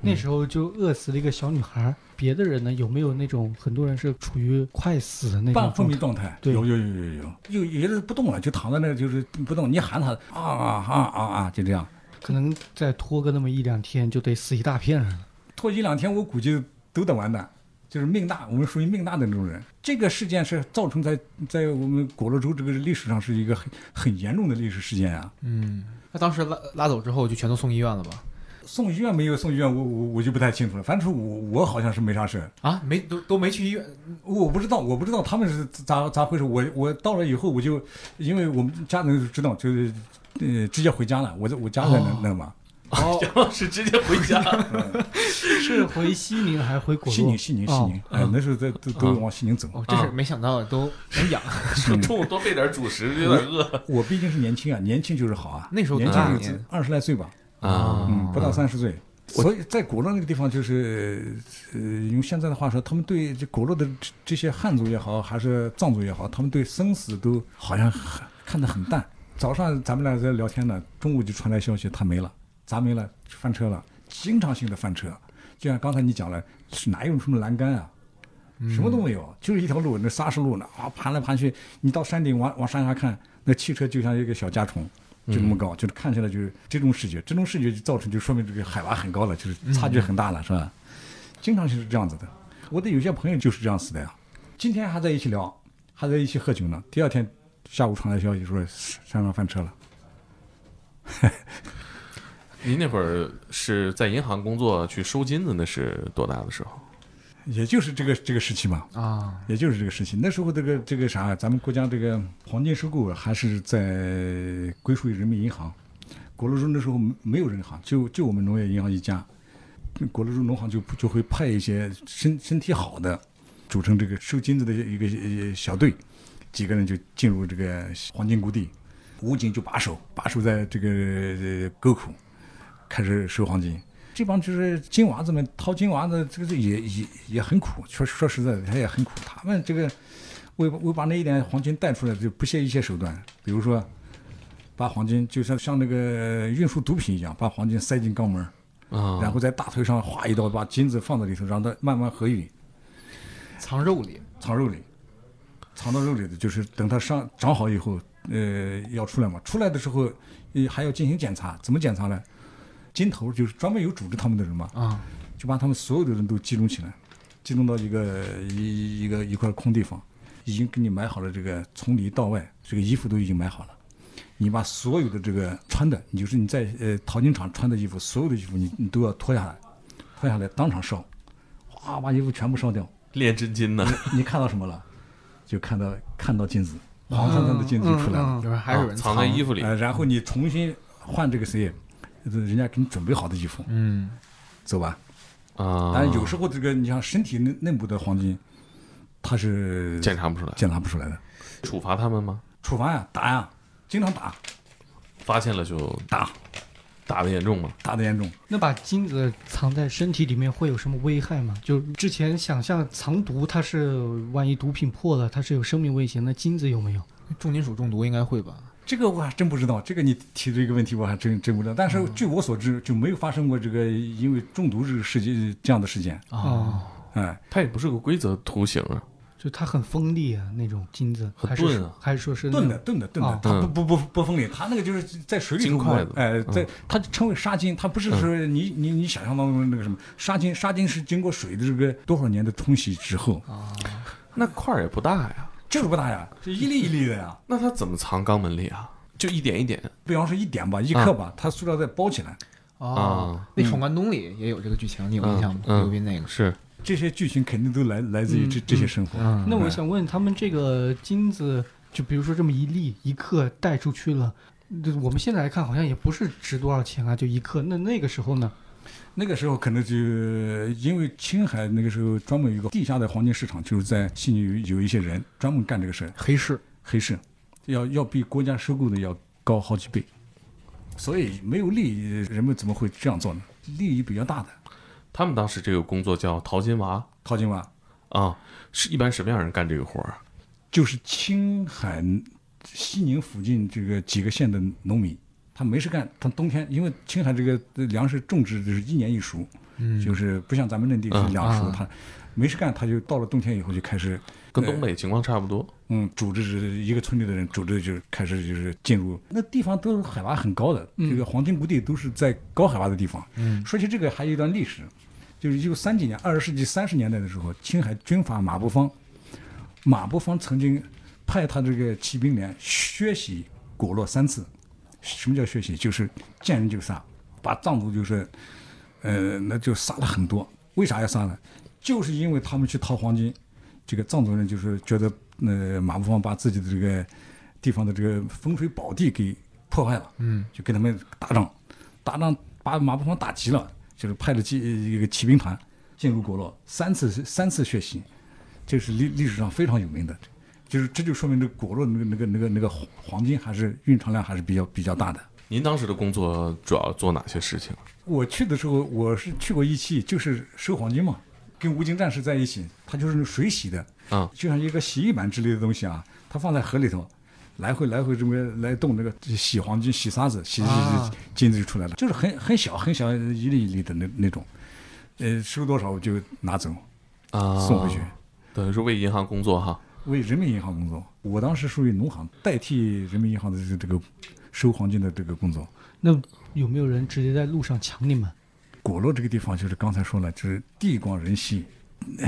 [SPEAKER 5] 那时候就饿死了一个小女孩儿。别的人呢，有没有那种很多人是处于快死的那
[SPEAKER 2] 半
[SPEAKER 5] 种
[SPEAKER 2] 昏
[SPEAKER 5] 状
[SPEAKER 2] 迷
[SPEAKER 5] 态？
[SPEAKER 2] 状态，
[SPEAKER 5] 对
[SPEAKER 2] 有有有有有有，有的不动了，就躺在那儿就是不动，你喊他啊啊啊啊啊，就这样。
[SPEAKER 5] 可能再拖个那么一两天，就得死一大片人了。
[SPEAKER 2] 拖一两天，我估计都得完蛋。就是命大，我们属于命大的那种人。这个事件是造成在在我们果洛州这个历史上是一个很很严重的历史事件啊。
[SPEAKER 3] 嗯，那当时拉拉走之后就全都送医院了吧？
[SPEAKER 2] 送医院没有送医院，我我我就不太清楚了。反正是我我好像是没啥事，
[SPEAKER 3] 啊，没都都没去医院，
[SPEAKER 2] 我不知道我不知道他们是咋咋回事。我我到了以后我就，因为我们家人都知道，就是呃直接回家了。我在我家在那、
[SPEAKER 5] 哦
[SPEAKER 2] 那嘛，
[SPEAKER 3] 哦，
[SPEAKER 4] 杨老师直接回家，
[SPEAKER 5] 是回西宁还是回果洛？
[SPEAKER 2] 西宁西宁西宁，哎那时候在都都往西宁走。
[SPEAKER 3] 哦，
[SPEAKER 4] 啊
[SPEAKER 3] 这是没想到的，都能养。
[SPEAKER 4] 说 中午多备点主食，有点饿
[SPEAKER 2] 我毕竟是年轻啊，年轻就是好啊。
[SPEAKER 3] 那时候
[SPEAKER 2] 年
[SPEAKER 3] 多
[SPEAKER 2] 轻
[SPEAKER 3] 大
[SPEAKER 2] 就是
[SPEAKER 3] 年
[SPEAKER 2] 二十来岁吧，
[SPEAKER 4] 啊
[SPEAKER 2] 嗯，不到三十岁。所以在果洛那个地方，就是呃，用现在的话说，他们对这果洛的这这些汉族也好，还是藏族也好，他们对生死都好像很看得很淡。早上咱们俩在聊天呢，中午就传来消息，他没了，砸没了，翻车了，经常性的翻车。就像刚才你讲了，是哪有什么栏杆啊？什么都没有，就是一条路，那砂石路呢啊，盘来盘去，你到山顶往往山下看，那汽车就像一个小甲虫，就那么高，就是看起来就是这种视觉，这种视觉就造成就说明这个海拔很高了，就是差距很大了，是吧？经常就是这样子的，我的有些朋友就是这样死的呀。今天还在一起聊，还在一起喝酒呢，第二天下午传来消息说山上翻车了，
[SPEAKER 4] 您那会儿是在银行工作去收金子，那是多大的时候？
[SPEAKER 2] 也就是这个这个时期嘛，
[SPEAKER 3] 啊，
[SPEAKER 2] 也就是这个事情。那时候这个这个啥，咱们国家这个黄金收购还是在归属于人民银行。国乐中那时候没没有人行，就就我们农业银行一家。国乐中农行就就会派一些身身体好的，组成这个收金子的一个一个小队，几个人就进入这个黄金谷地，武警就把守，把守在这个呃沟口，开始收黄金。这帮就是金娃子们掏金娃子，这个是也也也很苦。说说实在的，他也很苦。他们这个为为把那一点黄金带出来，就不惜一切手段，比如说把黄金就像像那个运输毒品一样，把黄金塞进肛门，
[SPEAKER 4] 啊
[SPEAKER 2] 然后在大腿上划一刀，把金子放在里头，让它慢慢合匀，
[SPEAKER 3] 藏肉里，
[SPEAKER 2] 藏肉里，藏到肉里的就是等它上长好以后，呃，要出来嘛。出来的时候，呃，还要进行检查，怎么检查呢？金头就是专门有组织他们的人嘛，
[SPEAKER 3] 啊，
[SPEAKER 2] 就把他们所有的人都集中起来，集中到一个一一个一块空地方，已经给你买好了这个从里到外这个衣服都已经买好了，你把所有的这个穿的，你就是你在呃淘金厂穿的衣服，所有的衣服你你都要脱下来，脱下来当场烧，哗把衣服全部烧掉，
[SPEAKER 4] 练真金呢？
[SPEAKER 2] 你 看到什么了？就看到看到金子，黄灿灿的金子就出来了。
[SPEAKER 3] 就是还是有
[SPEAKER 4] 啊
[SPEAKER 3] 人
[SPEAKER 4] 藏在衣服里
[SPEAKER 2] 呃，然后你重新换这个谁，呃人家给你准备好的衣服，
[SPEAKER 3] 嗯，
[SPEAKER 2] 走吧。
[SPEAKER 4] 啊，
[SPEAKER 2] 但有时候这个你像身体内内部的黄金，它是
[SPEAKER 4] 检查不出来，
[SPEAKER 2] 检查不出来的，
[SPEAKER 4] 处罚他们吗？
[SPEAKER 2] 处罚呀，打呀，经常打，
[SPEAKER 4] 发现了就
[SPEAKER 2] 打，
[SPEAKER 4] 打的严重吗？
[SPEAKER 2] 打的严重。
[SPEAKER 5] 那把金子藏在身体里面会有什么危害吗？就之前想象藏毒，它是万一毒品破了，它是有生命危险。那金子有没有？
[SPEAKER 3] 重金属中毒应该会吧？
[SPEAKER 2] 这个我还真不知道，这个你提这个问题我还真真不知道。但是据我所知，就没有发生过这个因为中毒这个事件这样的事件。
[SPEAKER 5] 哦，
[SPEAKER 2] 哎，
[SPEAKER 4] 它也不是个规则图形啊，
[SPEAKER 5] 就它很锋利啊，那种金子，
[SPEAKER 4] 很
[SPEAKER 5] 还是
[SPEAKER 4] 钝啊
[SPEAKER 5] 还是说是那
[SPEAKER 2] 炖的炖的炖的
[SPEAKER 5] 哦，
[SPEAKER 2] 它不
[SPEAKER 4] 嗯
[SPEAKER 2] 不不不锋利，它那个就是在水里
[SPEAKER 4] 金
[SPEAKER 2] 头
[SPEAKER 4] 块
[SPEAKER 2] 摸
[SPEAKER 4] 子
[SPEAKER 2] 哎，在
[SPEAKER 4] 嗯
[SPEAKER 2] 它称为沙金，它不是说你你你想象当中的那个什么沙金，沙金是经过水的这个多少年的冲洗之后，
[SPEAKER 4] 那块儿也不大呀，
[SPEAKER 2] 就是不大呀，是一粒一粒的呀。
[SPEAKER 4] 那它怎么藏肛门里啊？就一点一点
[SPEAKER 2] 比方说一点吧，一
[SPEAKER 4] 啊
[SPEAKER 2] 克吧，它塑料再包起来。
[SPEAKER 3] 哦，那《闯关东》里也有这个剧情，你有印象吗？
[SPEAKER 4] 嗯嗯
[SPEAKER 3] 刘斌那个，
[SPEAKER 4] 是
[SPEAKER 2] 这些剧情肯定都来来自于这、这些生活。
[SPEAKER 3] 嗯
[SPEAKER 5] 那我想问他们这个金子，就比如说这么一粒一克带出去了，就我们现在来看好像也不是值多少钱啊，就一克。那那个时候呢？
[SPEAKER 2] 那个时候可能就因为青海那个时候专门有一个地下的黄金市场，就是在悉尼有有一些人专门干这个事儿，
[SPEAKER 3] 黑市
[SPEAKER 2] 黑市，要要比国家收购的要高好几倍，所以没有利益，人们怎么会这样做呢？利益比较大的
[SPEAKER 4] 他们当时这个工作叫淘金娃
[SPEAKER 2] 淘金吧，
[SPEAKER 4] 啊，是一般什么样人干这个活儿？啊
[SPEAKER 2] 就是青海西宁附近这个几个县的农民，他没事干，他冬天因为青海这个呃粮食种植就是一年一熟，就是不像咱们内地是两熟，
[SPEAKER 3] 啊
[SPEAKER 2] 他没事干，他就到了冬天以后就开始
[SPEAKER 4] 跟东北情况差不多。
[SPEAKER 2] 嗯，组织是一个村里的人组织就是开始就是进入那地方都是海拔很高的，这个黄金谷地都是在高海拔的地方。嗯，说起这个还有一段历史，就是一九三几年，二十世纪三十年代的时候，青海军阀马步芳，马步芳曾经派他这个骑兵连血洗果洛三次。什么叫血洗？就是见人就杀，把藏族就是，呃，那就杀了很多。为啥要杀呢？就是因为他们去淘黄金，这个藏族人就是觉得，呃，马步芳把自己的这个地方的这个风水宝地给破坏了，嗯，就跟他们打仗，打仗把马步芳打急了，就是派了骑一个骑兵团进入果洛，三次三次血洗，这是历历史上非常有名的，就是这就说明这个果洛那个那个那个那个黄黄金还是蕴藏量还是比较比较大的。
[SPEAKER 4] 您当时的工作主要做哪些事情？啊
[SPEAKER 2] 我去的时候，我是去过一期，就是收黄金嘛，跟吴京战士在一起，他就是那种水洗的，
[SPEAKER 4] 啊
[SPEAKER 2] 就像一个洗衣板之类的东西啊，它放在河里头，来回来回这么来动那个洗黄金、洗沙子、洗洗
[SPEAKER 3] 啊
[SPEAKER 2] 洗金子就出来了，就是很很小很小一粒一粒的那那种，呃，收多少我就拿走
[SPEAKER 4] 啊
[SPEAKER 2] 送回去。
[SPEAKER 4] 等于是为银行工作哈。
[SPEAKER 2] 为人民银行工作，我当时属于农行，代替人民银行的这这个收黄金的这个工作。
[SPEAKER 5] 那有没有人直接在路上抢你们？
[SPEAKER 2] 果洛这个地方就是刚才说了，就是地广人稀，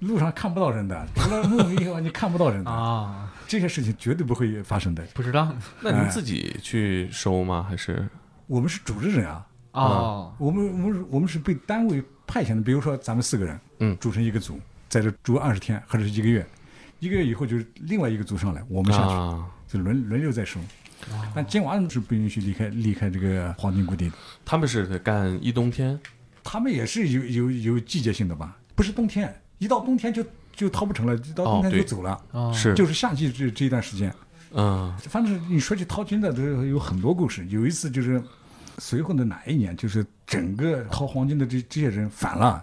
[SPEAKER 2] 路上看不到人的， 除了路以外你看不到人的，
[SPEAKER 3] 啊，
[SPEAKER 2] 这些事情绝对不会发生的。
[SPEAKER 3] 不知道
[SPEAKER 4] 那您自己去收吗？还是
[SPEAKER 2] 我们是组织人啊，
[SPEAKER 3] 哦，
[SPEAKER 2] 我们我们是我们是被单位派遣的，比如说咱们四个人，
[SPEAKER 4] 嗯
[SPEAKER 2] 组成一个组，在这住二十天或者是一个月，一个月以后就是另外一个组上来，我们下去、
[SPEAKER 4] 啊？
[SPEAKER 2] 就轮轮流在收。但金娃是不允许离开离开这个黄金谷地的，
[SPEAKER 4] 他们是得干一冬天
[SPEAKER 2] 他们也是有有有季节性的吧？不是冬天，一到冬天就就掏不成了，一到冬
[SPEAKER 4] 哦
[SPEAKER 2] 天
[SPEAKER 4] 对
[SPEAKER 2] 就走了。
[SPEAKER 3] 哦
[SPEAKER 4] 是
[SPEAKER 2] 就是夏季这这一段时间，
[SPEAKER 4] 嗯
[SPEAKER 2] 反正你说起淘金的，这有很多故事。有一次就是，随后的哪一年，就是整个淘黄金的这这些人反了，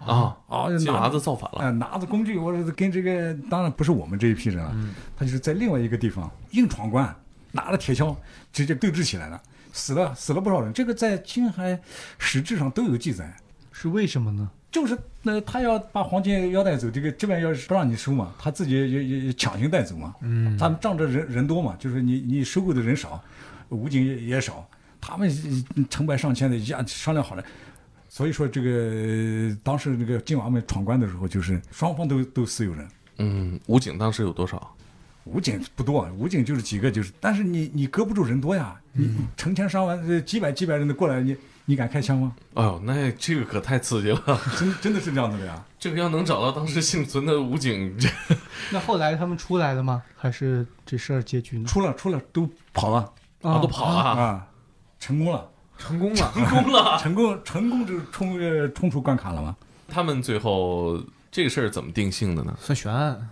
[SPEAKER 4] 啊，
[SPEAKER 2] 啊，
[SPEAKER 4] 金娃
[SPEAKER 2] 拿
[SPEAKER 4] 子
[SPEAKER 2] 着
[SPEAKER 4] 造反了
[SPEAKER 2] 啊，拿着工具，我跟这个当然不是我们这一批人了，
[SPEAKER 4] 嗯
[SPEAKER 2] 他就是在另外一个地方硬闯关，拿着铁锹直接对峙起来了，死了死了不少人。这个在青海史志上都有记载。
[SPEAKER 5] 是为什么呢？
[SPEAKER 2] 就是那他要把黄金要带走，这个这边要是不让你收嘛，他自己也也也强行带走嘛。嗯，他们仗着人人多嘛，就是你你收购的人少，武警也也少，他们呃成百上千的一下商量好了。所以说，这个呃当时那个金娃们闯关的时候，就是双方都都死有人，
[SPEAKER 4] 嗯，武警当时有多少？
[SPEAKER 2] 武警不多，武警就是几个，就是，但是你你隔不住人多呀，你你成千上万、呃几百几百人的过来，你你敢开枪吗？
[SPEAKER 4] 哎呦，那这个可太刺激了！
[SPEAKER 2] 真真的是这样子的呀。
[SPEAKER 4] 这个要能找到当时幸存的武警，这
[SPEAKER 5] 那后来他们出来了吗？还是这事儿结局呢？
[SPEAKER 2] 出了出了都跑了
[SPEAKER 4] 啊都跑了啊
[SPEAKER 2] 啊，成功了。
[SPEAKER 3] 成功了，
[SPEAKER 4] 功了。
[SPEAKER 2] 成功成功就冲呃冲出关卡了吗？
[SPEAKER 4] 他们最后这个事儿怎么定性的呢？
[SPEAKER 3] 算悬案，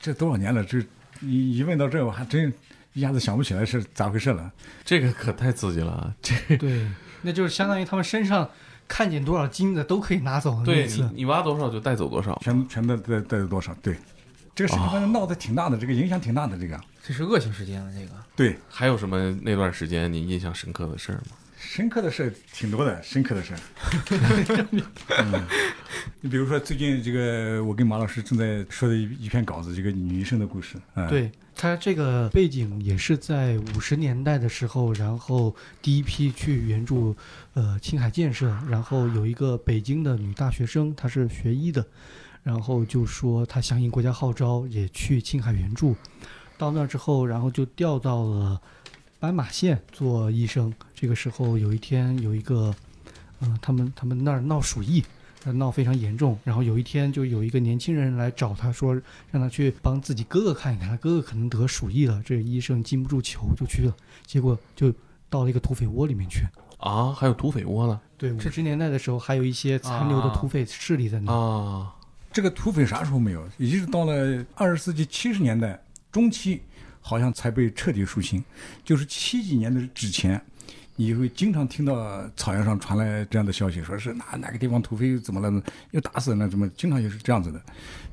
[SPEAKER 2] 这多少年了，这一一问到这，我还真一下子想不起来是咋回事了。
[SPEAKER 4] 这个可太刺激了啊！这
[SPEAKER 5] 对，那就是相当于他们身上看见多少金子都可以拿走的那
[SPEAKER 4] 对
[SPEAKER 5] 次
[SPEAKER 4] 你，你挖多少就带走多少。
[SPEAKER 2] 全全都带带了多少？对，这个事情反正闹得挺大的，这个影响挺大的。这个
[SPEAKER 3] 这是恶性事件了，这个
[SPEAKER 2] 对
[SPEAKER 4] 还有什么那段时间你印象深刻的事儿吗？
[SPEAKER 2] 深刻的事挺多的，深刻的事。 嗯，你比如说最近这个，我跟马老师正在说的一一篇稿子，这个女医生的故事。嗯、，
[SPEAKER 5] 对他这个背景也是在五十年代的时候，然后第一批去援助呃青海建设，然后有一个北京的女大学生，她是学医的，然后就说她响应国家号召，也去青海援助。到那儿之后，然后就调到了斑马线做医生。这个时候有一天有一个，呃，他们他们那儿闹鼠疫。呃闹非常严重，然后有一天就有一个年轻人来找他说，让他去帮自己哥哥看一看，他哥哥可能得鼠疫了。这医生经不住求就去了，结果就到了一个土匪窝里面去。
[SPEAKER 4] 啊，还有土匪窝了
[SPEAKER 5] 对，五十年代的时候，还有一些残留的土匪势力在那。
[SPEAKER 4] 啊！
[SPEAKER 2] 这个土匪啥时候没有？一直到了二十世纪七十年代中期，好像才被彻底肃清。就是七几年的之前，你会经常听到草原上传来这样的消息，说是哪哪个地方土匪又怎么了呢，又打死人了，怎么？经常也是这样子的。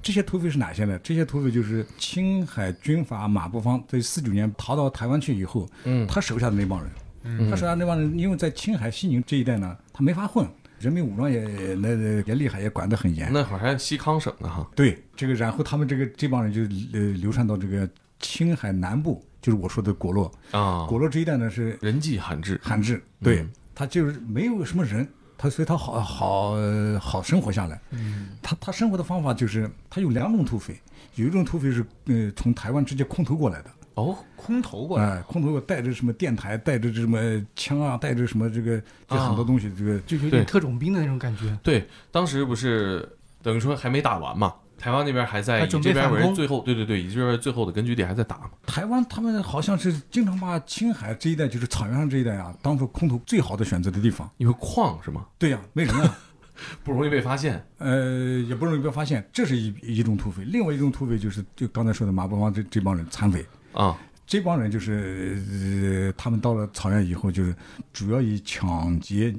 [SPEAKER 2] 这些土匪是哪些呢？这些土匪就是青海军阀马步芳在四九年逃到台湾去以后，嗯，他手下的那帮人，嗯，他手下那帮人，因为在青海西宁这一带呢，他没法混。人民武装也也那那也厉害，也管得很严。
[SPEAKER 4] 那会儿还西康省呢哈。
[SPEAKER 2] 对，这个然后他们这个这帮人就呃流传到这个青海南部，就是我说的果洛，
[SPEAKER 4] 啊，嗯
[SPEAKER 2] 果洛这一带呢是
[SPEAKER 4] 人迹罕至
[SPEAKER 2] 罕至，对，他就是没有什么人，他所以他好好好生活下来。
[SPEAKER 3] 嗯
[SPEAKER 2] 他他生活的方法就是他有两种土匪，有一种土匪是呃从台湾直接空投过来的，
[SPEAKER 4] 哦，空投过来，
[SPEAKER 2] 哎、空投带着什么电台，带着这什么枪啊，带着什么这个这
[SPEAKER 4] 啊
[SPEAKER 2] 很多东西，这个
[SPEAKER 5] 就有
[SPEAKER 4] 对
[SPEAKER 5] 点特种兵的那种感觉。
[SPEAKER 4] 对，当时不是等于说还没打完嘛，台湾那边还在
[SPEAKER 5] 还
[SPEAKER 4] 以
[SPEAKER 5] 准
[SPEAKER 4] 这
[SPEAKER 5] 备
[SPEAKER 4] 边
[SPEAKER 5] 反
[SPEAKER 4] 为
[SPEAKER 5] 攻
[SPEAKER 4] 最后，对对对，以这边为最后的根据地还在打嘛。
[SPEAKER 2] 台湾他们好像是经常把青海这一带，就是草原上这一带啊，当做空投最好的选择的地方。
[SPEAKER 4] 因为矿是吗？
[SPEAKER 2] 对呀、为什么呀？
[SPEAKER 4] 不容易被发现。
[SPEAKER 2] 呃，也不容易被发现，这是一一种土匪。另外一种土匪就是就刚才说的马步芳这这帮人残匪，
[SPEAKER 4] 啊、
[SPEAKER 2] 这帮人就是、呃、他们到了草原以后，就是主要以抢劫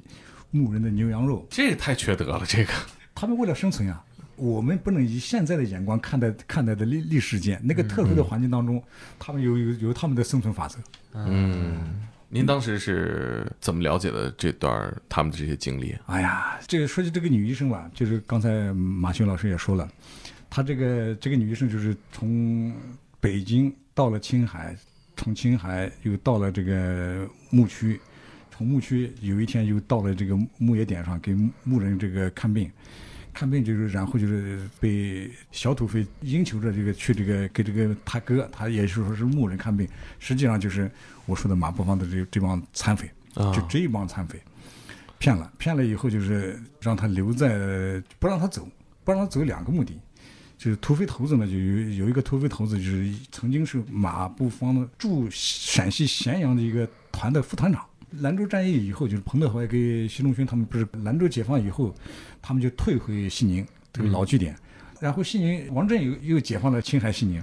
[SPEAKER 2] 牧人的牛羊肉。
[SPEAKER 4] 这个太缺德了，这个
[SPEAKER 2] 他们为了生存呀、我们不能以现在的眼光看待看待的历历史事件，那个特殊的环境当中，他们有有有他们的生存法则。
[SPEAKER 5] 嗯
[SPEAKER 4] 嗯您当时是怎么了解的这段儿他们的这些经历？啊
[SPEAKER 2] 哎呀，这个说起这个女医生吧，就是刚才马修老师也说了，她这个这个女医生就是从北京到了青海，从青海又到了这个牧区，从牧区有一天又到了这个牧野点上给牧人这个看病，看病就是然后就是被小土匪央求着这个去这个给这个他哥，他也就是说是牧人看病，实际上就是我说的马步芳的这这帮残匪，
[SPEAKER 4] 啊
[SPEAKER 2] 就这一帮残匪。骗了，骗了以后就是让他留在，不让他走，不让他走两个目的，就是土匪头子呢，就有有一个土匪头子就是曾经是马步芳的驻陕西咸阳的一个团的副团长。兰州战役以后，就是彭德怀跟习仲勋他们不是兰州解放以后，他们就退回西宁这个老据点，然后西宁王震又又解放了青海西宁，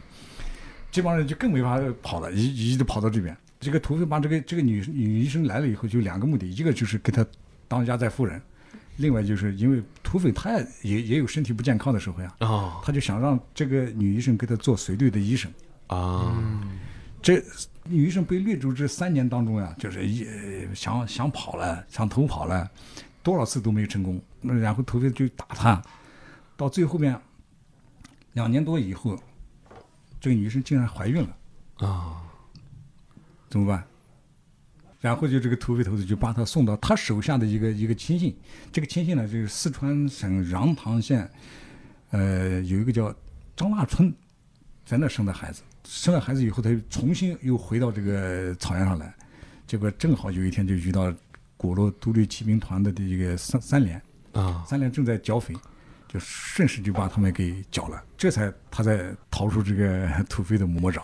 [SPEAKER 2] 这帮人就更没法跑了，一一直跑到这边。这个土匪帮这个这个女女医生来了以后，就两个目的，一个就是给她当压寨夫人，另外就是因为土匪他也也也有身体不健康的时候呀，
[SPEAKER 4] 啊
[SPEAKER 2] 他就想让这个女医生给他做随队的医生。
[SPEAKER 4] 啊！
[SPEAKER 2] 这女医生被掠逐这三年当中呀，就是一呃想想跑了，想逃跑了，多少次都没成功。那然后土匪就打他，到最后面两年多以后，这个女医生竟然怀孕了
[SPEAKER 4] 啊！
[SPEAKER 2] 怎么办？然后就这个土匪头子就把她送到他手下的一个一个亲信，这个亲信呢就是四川省穰塘县，呃，有一个叫张腊春，在那生的孩子。生了孩子以后，他又重新又回到这个草原上来，结果正好有一天就遇到果洛独立骑兵团的这个三三连，
[SPEAKER 4] 啊，
[SPEAKER 2] 三连正在剿匪，就顺势就把他们给剿了，这才他才逃出这个土匪的魔爪。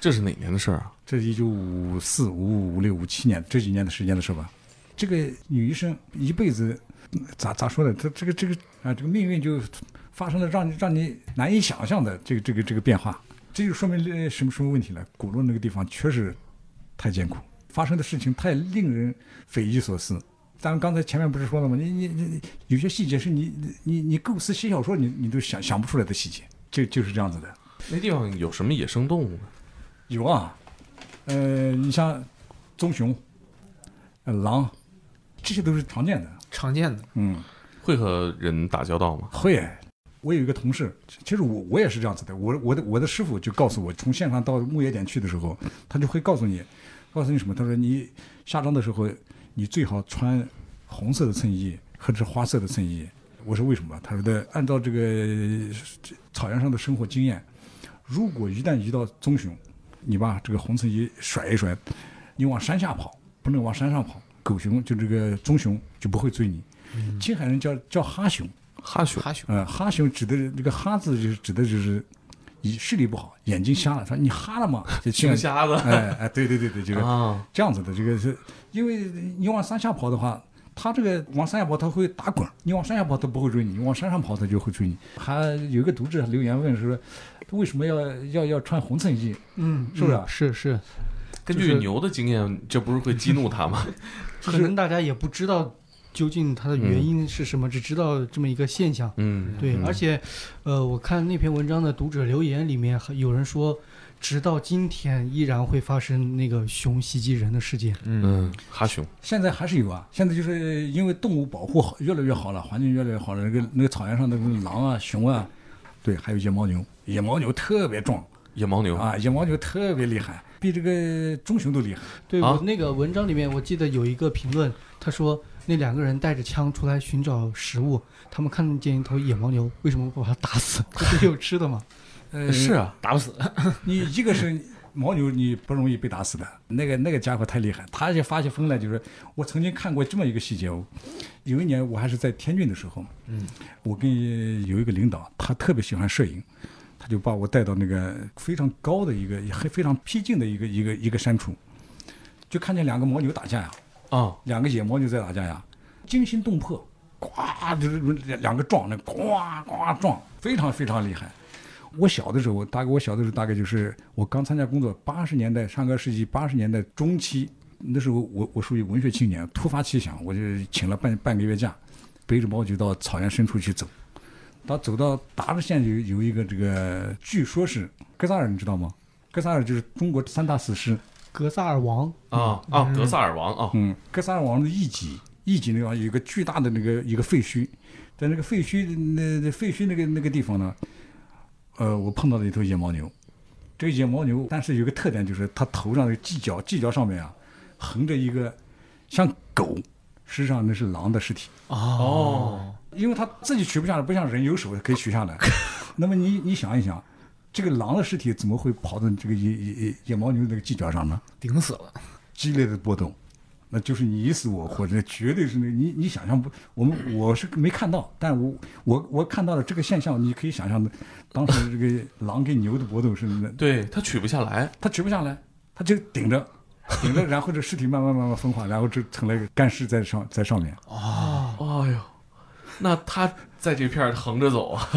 [SPEAKER 4] 这是哪年的事儿啊？
[SPEAKER 2] 这一九五四、五五、五六、五七年这几年的时间的事吧。这个女医生一辈子，嗯咋咋说呢？她这个这个啊，这个命运就发生了让你让你难以想象的这个这个这个变化。这就说明了什么什么问题了？古洛那个地方确实太艰苦，发生的事情太令人匪夷所思。咱们刚才前面不是说了吗？你你你你有些细节是你你你你构思写小说你你都想想不出来的细节，就就是这样子的。
[SPEAKER 4] 那地方有什么野生动物呢？
[SPEAKER 2] 有啊，呃，你像棕熊、呃狼，这些都是常见的。
[SPEAKER 3] 常见的，
[SPEAKER 2] 嗯，
[SPEAKER 4] 会和人打交道吗？
[SPEAKER 2] 会。我有一个同事，其实我我也是这样子的。我我的我的师傅就告诉我，从现场到牧野点去的时候，他就会告诉你，告诉你什么？他说你下庄的时候，你最好穿红色的衬衣或者是花色的衬衣。我说为什么？他说的按照这个呃草原上的生活经验，如果一旦遇到棕熊，你把这个红衬衣甩一甩，你往山下跑，不能往山上跑。狗熊就这个棕熊就不会追你。青海人叫叫哈熊。
[SPEAKER 4] 嗯哈熊
[SPEAKER 3] 哈熊
[SPEAKER 2] 呃，哈熊指的这个哈字就是指的就是你视力不好，眼睛瞎了。说你哈 了吗？就这
[SPEAKER 4] 熊
[SPEAKER 2] 样。
[SPEAKER 4] 瞎子
[SPEAKER 2] 哎哎，对对对对，就是
[SPEAKER 4] 啊
[SPEAKER 2] 这样子的。这个是因为你往山下跑的话，它这个往山下跑它会打滚儿，你往山下跑它不会追你，你往山上跑它就会追你。还有一个读者留言问说，为什么要要要穿红衬衣？
[SPEAKER 5] 嗯，
[SPEAKER 2] 是不是
[SPEAKER 5] 嗯是是，
[SPEAKER 4] 根
[SPEAKER 5] 就
[SPEAKER 4] 据
[SPEAKER 5] 是
[SPEAKER 4] 牛的经验，这不是会激怒它 吗？
[SPEAKER 5] 可能大家也不知道究竟它的原因是什么，只知道这么一个现象。
[SPEAKER 4] 嗯，
[SPEAKER 5] 对，
[SPEAKER 4] 嗯
[SPEAKER 5] 而且，呃，我看那篇文章的读者留言里面，还有人说，直到今天依然会发生那个熊袭击人的事件。
[SPEAKER 4] 嗯，哈熊
[SPEAKER 2] 现在还是有啊，现在就是因为动物保护好越来越好了，环境越来越好了，那个那个草原上的那个狼啊、熊啊，对，还有野牦牛，野牦牛特别壮，
[SPEAKER 4] 野牦牛
[SPEAKER 2] 啊，野牦牛特别厉害，比这个棕熊都厉害。
[SPEAKER 5] 对、
[SPEAKER 4] 啊
[SPEAKER 5] 我那个文章里面，我记得有一个评论，他说那两个人带着枪出来寻找食物，他们看见一头野牦牛，为什么不把它打死？这不是有吃的吗？
[SPEAKER 2] 呃，
[SPEAKER 4] 是啊，
[SPEAKER 6] 打不死。
[SPEAKER 2] 你一个是牦牛，你不容易被打死的。那个那个家伙太厉害，他就发起疯来，就是我曾经看过这么一个细节哦。有一年我还是在天津的时候，嗯，我跟有一个领导，他特别喜欢摄影，他就把我带到那个非常高的一个很非常僻静的一个一个一个山处，就看见两个牦牛打架呀，
[SPEAKER 4] 啊，
[SPEAKER 2] 两个野牦牛在打架呀，惊心动魄，呱就是两两个撞，那呱呱撞，非常非常厉害。我小的时候，大概我小的时候大概就是我刚参加工作，八十年代上个世纪八十年代中期，那时候我我属于文学青年，突发奇想，我就请了半半个月假，背着猫就到草原深处去走。到走到达日县有有一个这个，据说是哥萨尔，你知道吗？哥萨尔就是中国三大死尸，
[SPEAKER 5] 格萨尔王
[SPEAKER 4] 啊啊，格萨尔王啊，
[SPEAKER 2] 嗯，格萨尔王的遗迹，遗迹那地方有一个巨大的那个一个废墟，在那个废墟的那那废墟那个那个地方呢，呃，我碰到了一头野牦牛。这个野牦牛，但是有个特点就是它头上的犄角，犄角上面啊横着一个像狗，实际上那是狼的尸体。
[SPEAKER 4] 哦，
[SPEAKER 2] 因为它自己取不下来，不像人有手可以取下来。那么你你想一想，这个狼的尸体怎么会跑到这个野野野野牦牛那个犄角上呢？
[SPEAKER 6] 顶死了，
[SPEAKER 2] 激烈的搏斗，那就是你死我活，这绝对是那你你想象不，我们我是没看到，但我我我看到了这个现象，你可以想象的，当时这个狼跟牛的搏斗是那，
[SPEAKER 4] 对他取不下来，
[SPEAKER 2] 它取不下来，它就顶着。顶着，然后这尸体慢慢慢慢分化，然后这成了一个干尸在上在上面。
[SPEAKER 5] 哦
[SPEAKER 4] 哎呦，那他在这片儿横着走啊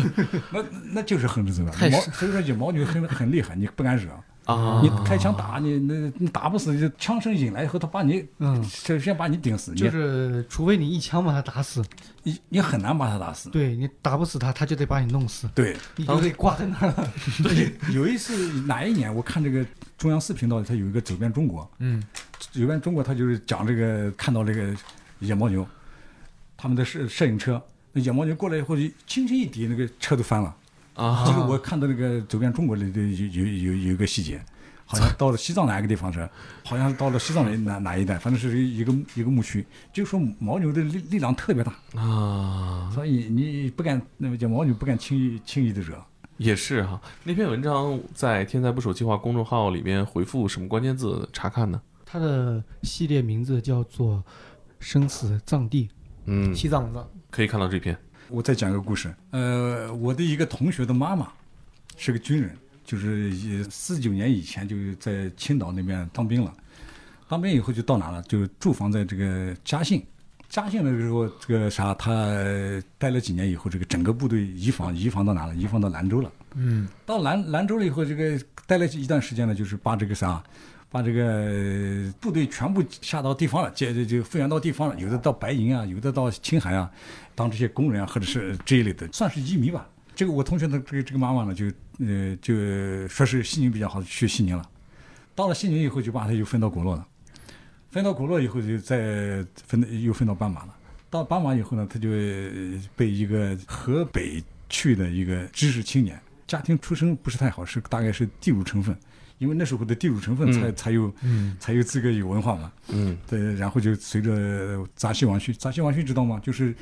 [SPEAKER 2] 那那就是横着走啊！
[SPEAKER 6] 太
[SPEAKER 2] 毛
[SPEAKER 6] 是
[SPEAKER 2] 所以说野牦牛很很厉害，你不敢惹。
[SPEAKER 4] 啊
[SPEAKER 2] 你开枪打你，那你打不死，就枪声引来以后，他把你
[SPEAKER 5] 嗯
[SPEAKER 2] 首先把你顶死，
[SPEAKER 5] 就
[SPEAKER 2] 你
[SPEAKER 5] 是，除非你一枪把它打死，
[SPEAKER 2] 你你很难把他打死。
[SPEAKER 5] 对你打不死它，它就得把你弄死，
[SPEAKER 2] 对，
[SPEAKER 5] 你就得挂在那儿了。
[SPEAKER 2] 有一次哪一年，我看这个中央四频道，它有一个《走遍中国》，
[SPEAKER 3] 嗯，
[SPEAKER 2] 《走遍中国》它就是讲这个看到这个野牦牛，他们的摄摄影车，那野牦牛过来以后，轻轻一抵，那个车都翻了。
[SPEAKER 4] 啊
[SPEAKER 2] 这个我看到那个《走遍中国》里的有有有有一个细节，好像到了西藏哪一个地方是，好像是到了西藏哪哪哪一带，反正是一个一个牧区，就说牦牛的力力量特别大，
[SPEAKER 4] 啊！
[SPEAKER 2] 所以你不敢那么讲牦牛不敢轻易轻易的惹。
[SPEAKER 4] 也是哈，那篇文章在“天才不朽计划”公众号里面回复什么关键字查看呢？
[SPEAKER 5] 它的系列名字叫做《生死葬地》，
[SPEAKER 4] 嗯，
[SPEAKER 3] 西藏的
[SPEAKER 4] 可以看到这篇
[SPEAKER 2] 我再讲一个故事。呃，我的一个同学的妈妈是个军人，就是四九年以前就在青岛那边当兵了。当兵以后就到哪了？就驻防在这个嘉兴。嘉兴的时候，这个啥，他待了几年以后，这个整个部队移防，移防到哪了？移防到兰州了。
[SPEAKER 3] 嗯，
[SPEAKER 2] 到兰兰州了以后，这个待了一段时间呢，就是把这个啥，把这个部队全部下到地方了，接着就复员到地方了，有的到白银啊，有的到青海啊，当这些工人啊，或者是这一类的，算是移民吧。这个我同学的这个这个妈妈呢，就呃就说是西宁比较好，去西宁了。到了西宁以后，就把他又分到国洛了，分到国洛以后，就再分到又分到斑马了。到斑马以后呢，他就呃被一个河北去的一个知识青年，家庭出身不是太好，是大概是地主成分，因为那时候的地主成分才、才有、才有资格有文化嘛。
[SPEAKER 4] 嗯，
[SPEAKER 2] 对，然后就随着扎西王旭，扎西王旭知道吗？就是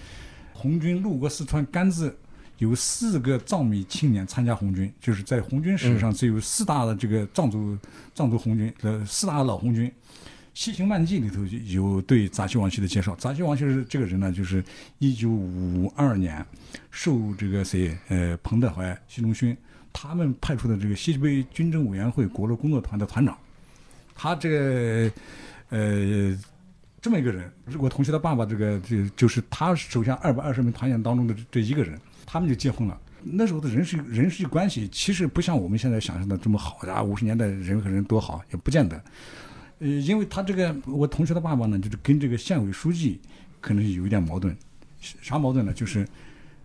[SPEAKER 2] 红军路过四川甘孜，有四个藏米青年参加红军，就是在红军史上只有四大的这个藏族藏族红军，呃，四大老红军。《西行漫记》里头就有对扎西王旭的介绍。扎西王旭是这个人呢，就是一九五二年受这个谁呃彭德怀、习仲勋他们派出的这个西北军政委员会国洛工作团的团长。他这个呃这么一个人，我同学的爸爸这个就就是他手下二百二十名团员当中的这这一个人，他们就结婚了。那时候的人事人事关系其实不像我们现在想象的这么好呀，五十年代人和人多好也不见得。呃，因为他这个我同学的爸爸呢，就是跟这个县委书记可能有一点矛盾，啥矛盾呢？就是，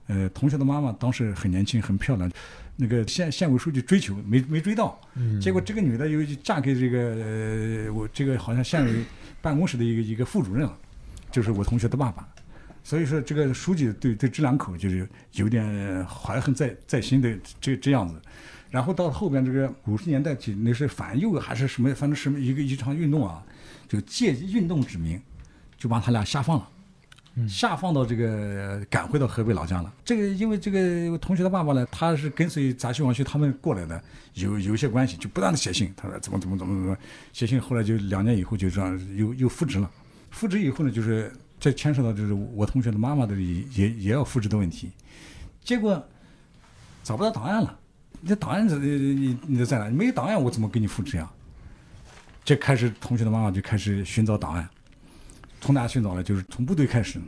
[SPEAKER 2] 呃，同学的妈妈当时很年轻很漂亮，呃那个县县委书记追求没没追到，结果这个女的又嫁给这个、呃、我这个好像县委办公室的一个一个副主任了，就是我同学的爸爸。所以说这个书记对对这两口就是有点呃怀恨在在心的这这样子。然后到了后边这个五十年代起，那是反右还是什么，反正什么一个一场运动啊，就借运动之名，就把他俩下放了。下放到这个赶回到河北老家了。这个因为这个呃同学的爸爸呢，他是跟随杂西王区他们过来的，有有一些关系，就不断的写信。他说怎么怎么怎么怎么写信，后来就两年以后就这样又又复职了。复职以后呢，就是这牵涉到就是我同学的妈妈的也也也要复职的问题，结果找不到档案了。你的档案你你你的在哪？你没有档案，我怎么给你复职呀？这开始同学的妈妈就开始寻找档案。从哪寻找呢？就是从部队开始，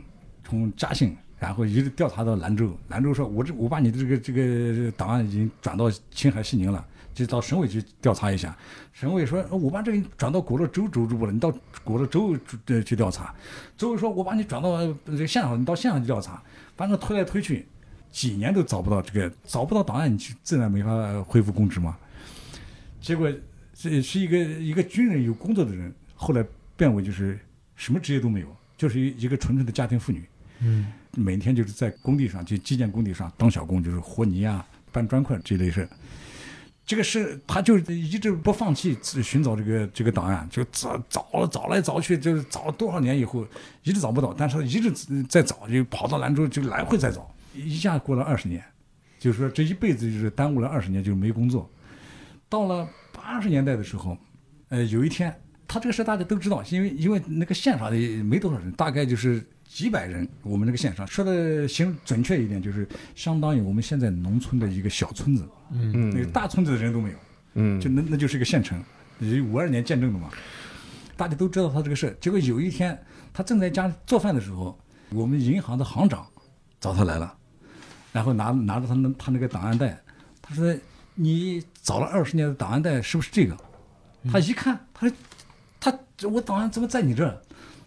[SPEAKER 2] 从嘉兴，然后一直调查到兰州。兰州说：“我这我把你的这个这个档案已经转到青海西宁了，就到省委去调查一下。”省委说：“我把这个转到果洛州州支部了，你到果洛州呃去调查。”周委说：“我把你转到呃这个县上，你到县上去调查。”反正推来推去，几年都找不到这个，找不到档案，你就自然没法恢复公职嘛。结果是是一个一个军人有工作的人，后来变为就是什么职业都没有，就是一一个纯粹的家庭妇女。
[SPEAKER 5] 嗯，
[SPEAKER 2] 每天就是在工地上，就基建工地上当小工，就是和泥啊、搬砖块这类事。这个事，他就一直不放弃寻找这个这个档案，就找找了找来找去，就是找多少年以后，一直找不到，但是一直在找，就跑到兰州就来回在找，一下过了二十年，就是说这一辈子就是耽误了二十年，就是没工作。到了八十年代的时候，呃，有一天，他这个事大家都知道，因为因为那个县上的没多少人，大概就是几百人。我们那个县上说的行准确一点，就是相当于我们现在农村的一个小村子，嗯，那个大村子的人都没有，
[SPEAKER 4] 嗯
[SPEAKER 2] 就那那就是一个县城，五二年建政的嘛，大家都知道他这个事。结果有一天，他正在家做饭的时候，我们银行的行长找他来了，然后拿拿着他那他那个档案袋，他说：“你找了二十年的档案袋是不是这个？”他一看，他说：“他这我档案怎么在你这儿？”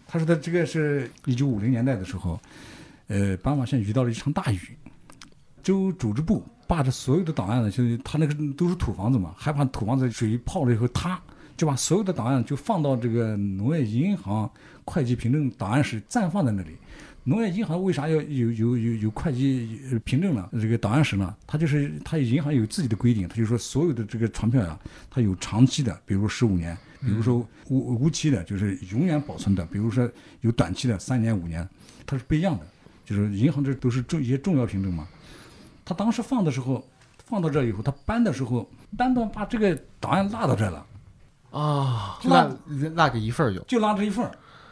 [SPEAKER 2] 他说：“他这个是一九五零年代的时候，呃，斑马线遇到了一场大雨，州组织部把这所有的档案呢，就是他那个都是土房子嘛，害怕土房子水泡了以后塌，就把所有的档案就放到这个农业银行会计凭证档案室暂放在那里。农业银行为啥要有有有有会计呃凭证呢？这个档案室呢？它就是它银行有自己的规定，它就说所有的这个传票呀、它有长期的，比如十五年，比如说无无期的，就是永远保存的，比如说有短期的三年五年，它是不一样的。就是银行这都是重一些重要凭证嘛，他当时放的时候，放到这以后，他搬的时候，搬到把这个档案落到这儿了，
[SPEAKER 3] 啊，
[SPEAKER 2] 那
[SPEAKER 6] 那那个一份儿有，
[SPEAKER 2] 就落这一份儿，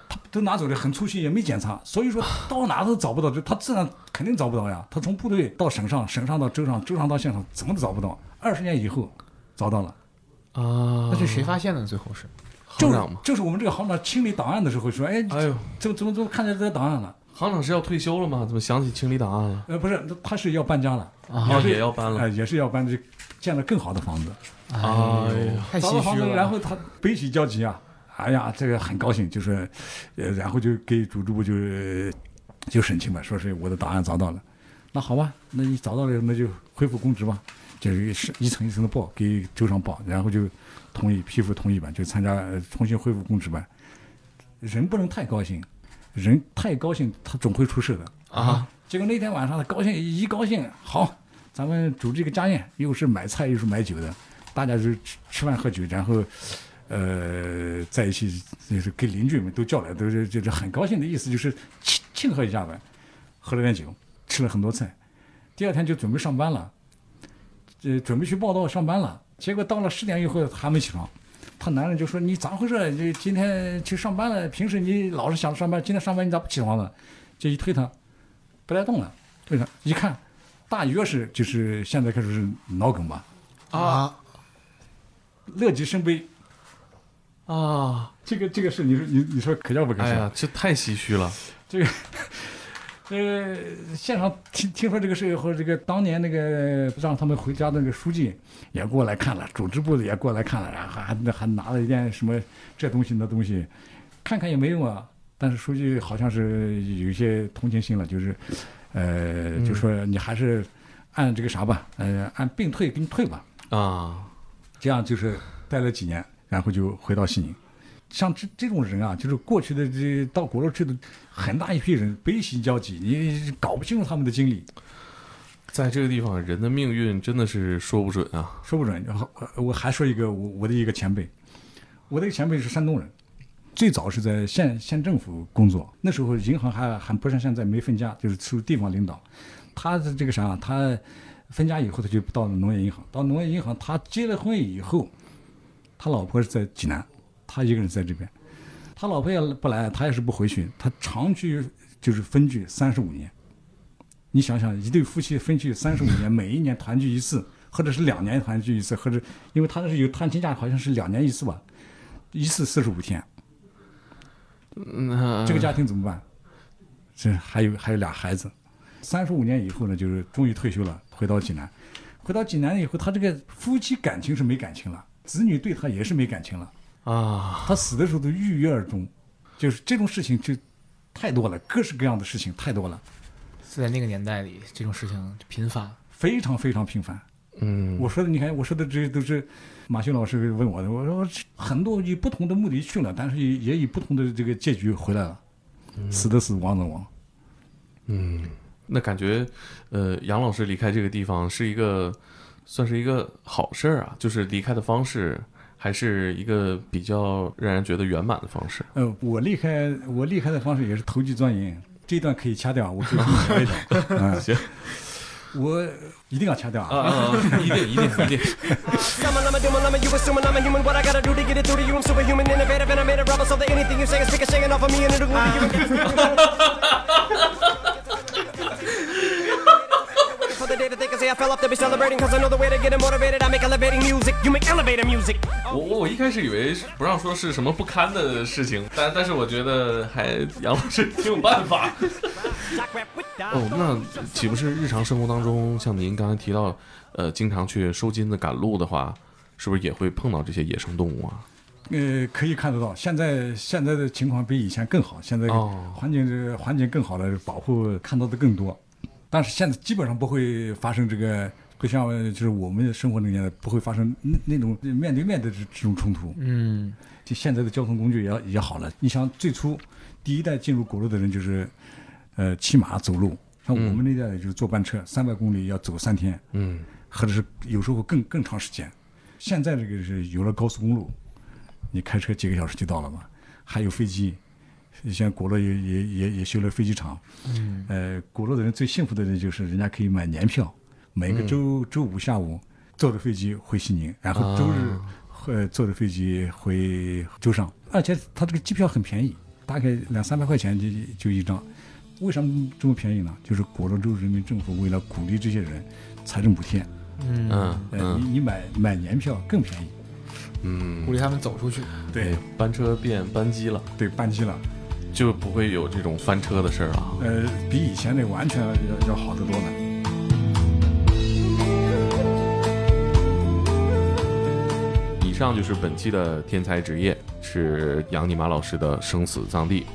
[SPEAKER 2] 他都拿走了，很粗心，也没检查，所以说到哪都找不到，这他自然肯定找不到呀。他从部队到省上，省上到州上，州上到县上，怎么都找不到。二十年以后找到了，
[SPEAKER 4] 啊
[SPEAKER 6] 那是谁发现的？最后是
[SPEAKER 2] 就
[SPEAKER 4] 行
[SPEAKER 2] 是
[SPEAKER 4] 长嘛？
[SPEAKER 2] 就是我们这个行长清理档案的时候说，哎，
[SPEAKER 4] 哎呦，
[SPEAKER 2] 怎么怎么怎么看见这个档案了？
[SPEAKER 4] 行长是要退休了吗？怎么想起清理档案了？
[SPEAKER 2] 呃，不是，他是要搬家了，
[SPEAKER 4] 啊，也要搬
[SPEAKER 2] 哎、
[SPEAKER 4] 了。
[SPEAKER 2] 也是要搬，就建了更好的房子。
[SPEAKER 6] 哎
[SPEAKER 4] 哎
[SPEAKER 6] 呦
[SPEAKER 4] 呀，
[SPEAKER 6] 太
[SPEAKER 2] 找到
[SPEAKER 6] 唏
[SPEAKER 2] 房
[SPEAKER 6] 嘘
[SPEAKER 2] 子，
[SPEAKER 6] 了。
[SPEAKER 2] 然后他悲喜交集啊，哎呀，这个很高兴，就是，呃，然后就给组织部就是就申请吧，说是我的档案找到了，那好吧，那你找到了，那就恢复公职吧，就是是一层一层的报给州上报，然后就同意批复同意吧，就参加、呃重新恢复公职吧。人不能太高兴，人太高兴他总会出事的
[SPEAKER 4] 啊。
[SPEAKER 2] 结果那天晚上他高兴一高兴，好，咱们组织一个家宴，又是买菜又是买酒的，大家就吃吃饭喝酒，然后，呃，在一起就是给邻居们都叫来，都是就是很高兴的意思，就是庆庆贺一下呗。喝了点酒，吃了很多菜，第二天就准备上班了，呃，准备去报道上班了。结果到了十点以后还没起床，他男人就说：“你咋回事？这今天去上班了，平时你 老是想着上班，今天上班你咋不起床了？”这一推他，不带动了，推他一看，大约是就是现在开始是脑梗吧，
[SPEAKER 6] 啊，
[SPEAKER 2] 乐极生悲。
[SPEAKER 4] 啊！
[SPEAKER 2] 这个这个事，你说你你说可笑不可
[SPEAKER 4] 哎
[SPEAKER 2] 笑？
[SPEAKER 4] 呀，这太唏嘘了。
[SPEAKER 2] 呃，现场听听说这个事以后，这个当年那个让他们回家的那个书记也过来看了，组织部的也过来看了，然后还还拿了一件什么这东西那东西，看看也没用啊。但是书记好像是有一些同情心了，就是，呃，
[SPEAKER 4] 嗯
[SPEAKER 2] 就说你还是按这个啥吧，呃，按病退给你退吧。
[SPEAKER 4] 啊
[SPEAKER 2] 这样就是待了几年，然后就回到西宁。像这这种人啊，就是过去的这到国内去的很大一批人悲喜交集，你搞不清楚他们的经历，
[SPEAKER 4] 在这个地方，人的命运真的是说不准啊。
[SPEAKER 2] 说不准。然后呃我还说一个我我的一个前辈，我的一个前辈是山东人，最早是在县县政府工作，那时候银行还还不像现在没分家，就是属于地方领导。他的这个啥，他分家以后，他就到了农业银行。到农业银行，他结了婚以后，他老婆是在济南，他一个人在这边。他老婆也不来，他也是不回去，他长居就是分居三十五年。你想想，一对夫妻分居三十五年，每一年团聚一次，或者是两年团聚一次，或者因为他那是有探亲假，好像是两年一次吧，一次四十五天。
[SPEAKER 4] 那
[SPEAKER 2] 嗯
[SPEAKER 4] 嗯
[SPEAKER 2] 这个家庭怎么办？这还有还有俩孩子，三十五年以后呢，就是终于退休了，回到济南。回到济南以后，他这个夫妻感情是没感情了，子女对他也是没感情了。
[SPEAKER 4] 啊，
[SPEAKER 2] 他死的时候都郁郁而终，就是这种事情就太多了，各式各样的事情太多了，
[SPEAKER 6] 是在那个年代里，这种事情频发。
[SPEAKER 2] 非常非常频繁。
[SPEAKER 4] 嗯，
[SPEAKER 2] 我说的，你看，我说的这都是马修老师问我的。我说很多以不同的目的去了，但是也也以不同的这个结局回来了，
[SPEAKER 4] 嗯
[SPEAKER 2] 死的死，亡的亡。
[SPEAKER 4] 那感觉，呃，杨老师离开这个地方是一个，算是一个好事儿啊，就是离开的方式还是一个比较让人觉得圆满的方式。
[SPEAKER 2] 呃，我离开我离开的方式也是投机钻营，这一段可以掐掉，我可以不讲一 讲。嗯，
[SPEAKER 4] 行，
[SPEAKER 2] 我一定要掐掉
[SPEAKER 4] 啊
[SPEAKER 2] 啊！
[SPEAKER 4] 啊，啊一定一定一定，
[SPEAKER 7] Summon, I'm a demon, I'm a you assuming I'm a human. What I gotta do to get it through to you? I'm superhuman, innovative, and I made a rubber so that anything you say is taking shaking off of me and it'll glue to you and get this- For the day that they can say I fell off, they'll be celebrating. Cause I know the way to get it motivated. I make elevating music. You make elevator music.
[SPEAKER 4] 我我我一开始以为是不让说是什么不堪的事情，但但是我觉得还杨老师挺有办法。
[SPEAKER 7] Shock rap with die.
[SPEAKER 4] 哦，那岂不是日常生活当中，像您刚才提到，呃，经常去收金子赶路的话，是不是也会碰到这些野生动物啊？
[SPEAKER 2] 呃，可以看得到，现在现在的情况比以前更好，现在
[SPEAKER 4] 哦
[SPEAKER 2] 环境、这个环境更好了，保护看到的更多。但是现在基本上不会发生这个，不像呃就是我们生活那个年代不会发生那那种面对面的这这种冲突。
[SPEAKER 3] 嗯，
[SPEAKER 2] 就现在的交通工具也也好了。你像最初第一代进入国路的人就是，呃，骑马走路，像我们那代就是坐班车，三百公里要走三天，
[SPEAKER 4] 嗯，
[SPEAKER 2] 或者是有时候更更长时间。现在这个是有了高速公路，你开车几个小时就到了嘛，还有飞机。现在国乐也也也也修了飞机场，嗯，呃，国乐的人最幸福的人就是人家可以买年票，每个周、周五下午坐着飞机回西宁，然后周日呃坐着飞机回舟山，而且它这个机票很便宜，大概两三百块钱就就一张。为什么这么便宜呢？就是果罗州人民政府为了鼓励这些人，财政补贴，
[SPEAKER 4] 嗯
[SPEAKER 2] 呃，你你买买年票更便宜，
[SPEAKER 4] 嗯，
[SPEAKER 6] 鼓励他们走出去。
[SPEAKER 4] 哎，班车变班机了，
[SPEAKER 2] 对，班机了，
[SPEAKER 4] 就不会有这种翻车的事儿了啊。
[SPEAKER 2] 呃，比以前的完全要要好得多了。
[SPEAKER 4] 以上就是本期的天才职业，是杨尼玛老师的生死葬地，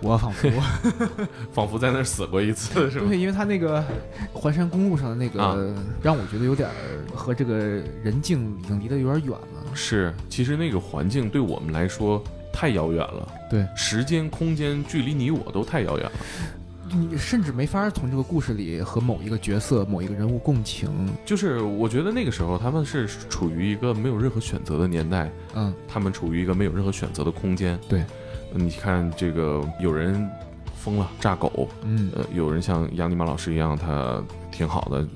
[SPEAKER 3] 我仿佛
[SPEAKER 4] 仿佛在那儿死过一次，是吧？
[SPEAKER 3] 对，因为他那个环山公路上的那个，
[SPEAKER 4] 啊
[SPEAKER 3] 让我觉得有点儿和这个人境已经离得有点远了。
[SPEAKER 4] 是，其实那个环境对我们来说太遥远了，
[SPEAKER 3] 对，
[SPEAKER 4] 时间、空间距离你我都太遥远了。
[SPEAKER 3] 你甚至没法从这个故事里和某一个角色、某一个人物共情。
[SPEAKER 4] 就是我觉得那个时候他们是处于一个没有任何选择的年代，
[SPEAKER 3] 嗯，
[SPEAKER 4] 他们处于一个没有任何选择的空间。
[SPEAKER 3] 对，
[SPEAKER 4] 你看这个有人疯了炸狗，
[SPEAKER 3] 嗯
[SPEAKER 4] 呃，有人像杨尼玛老师一样，他挺好的，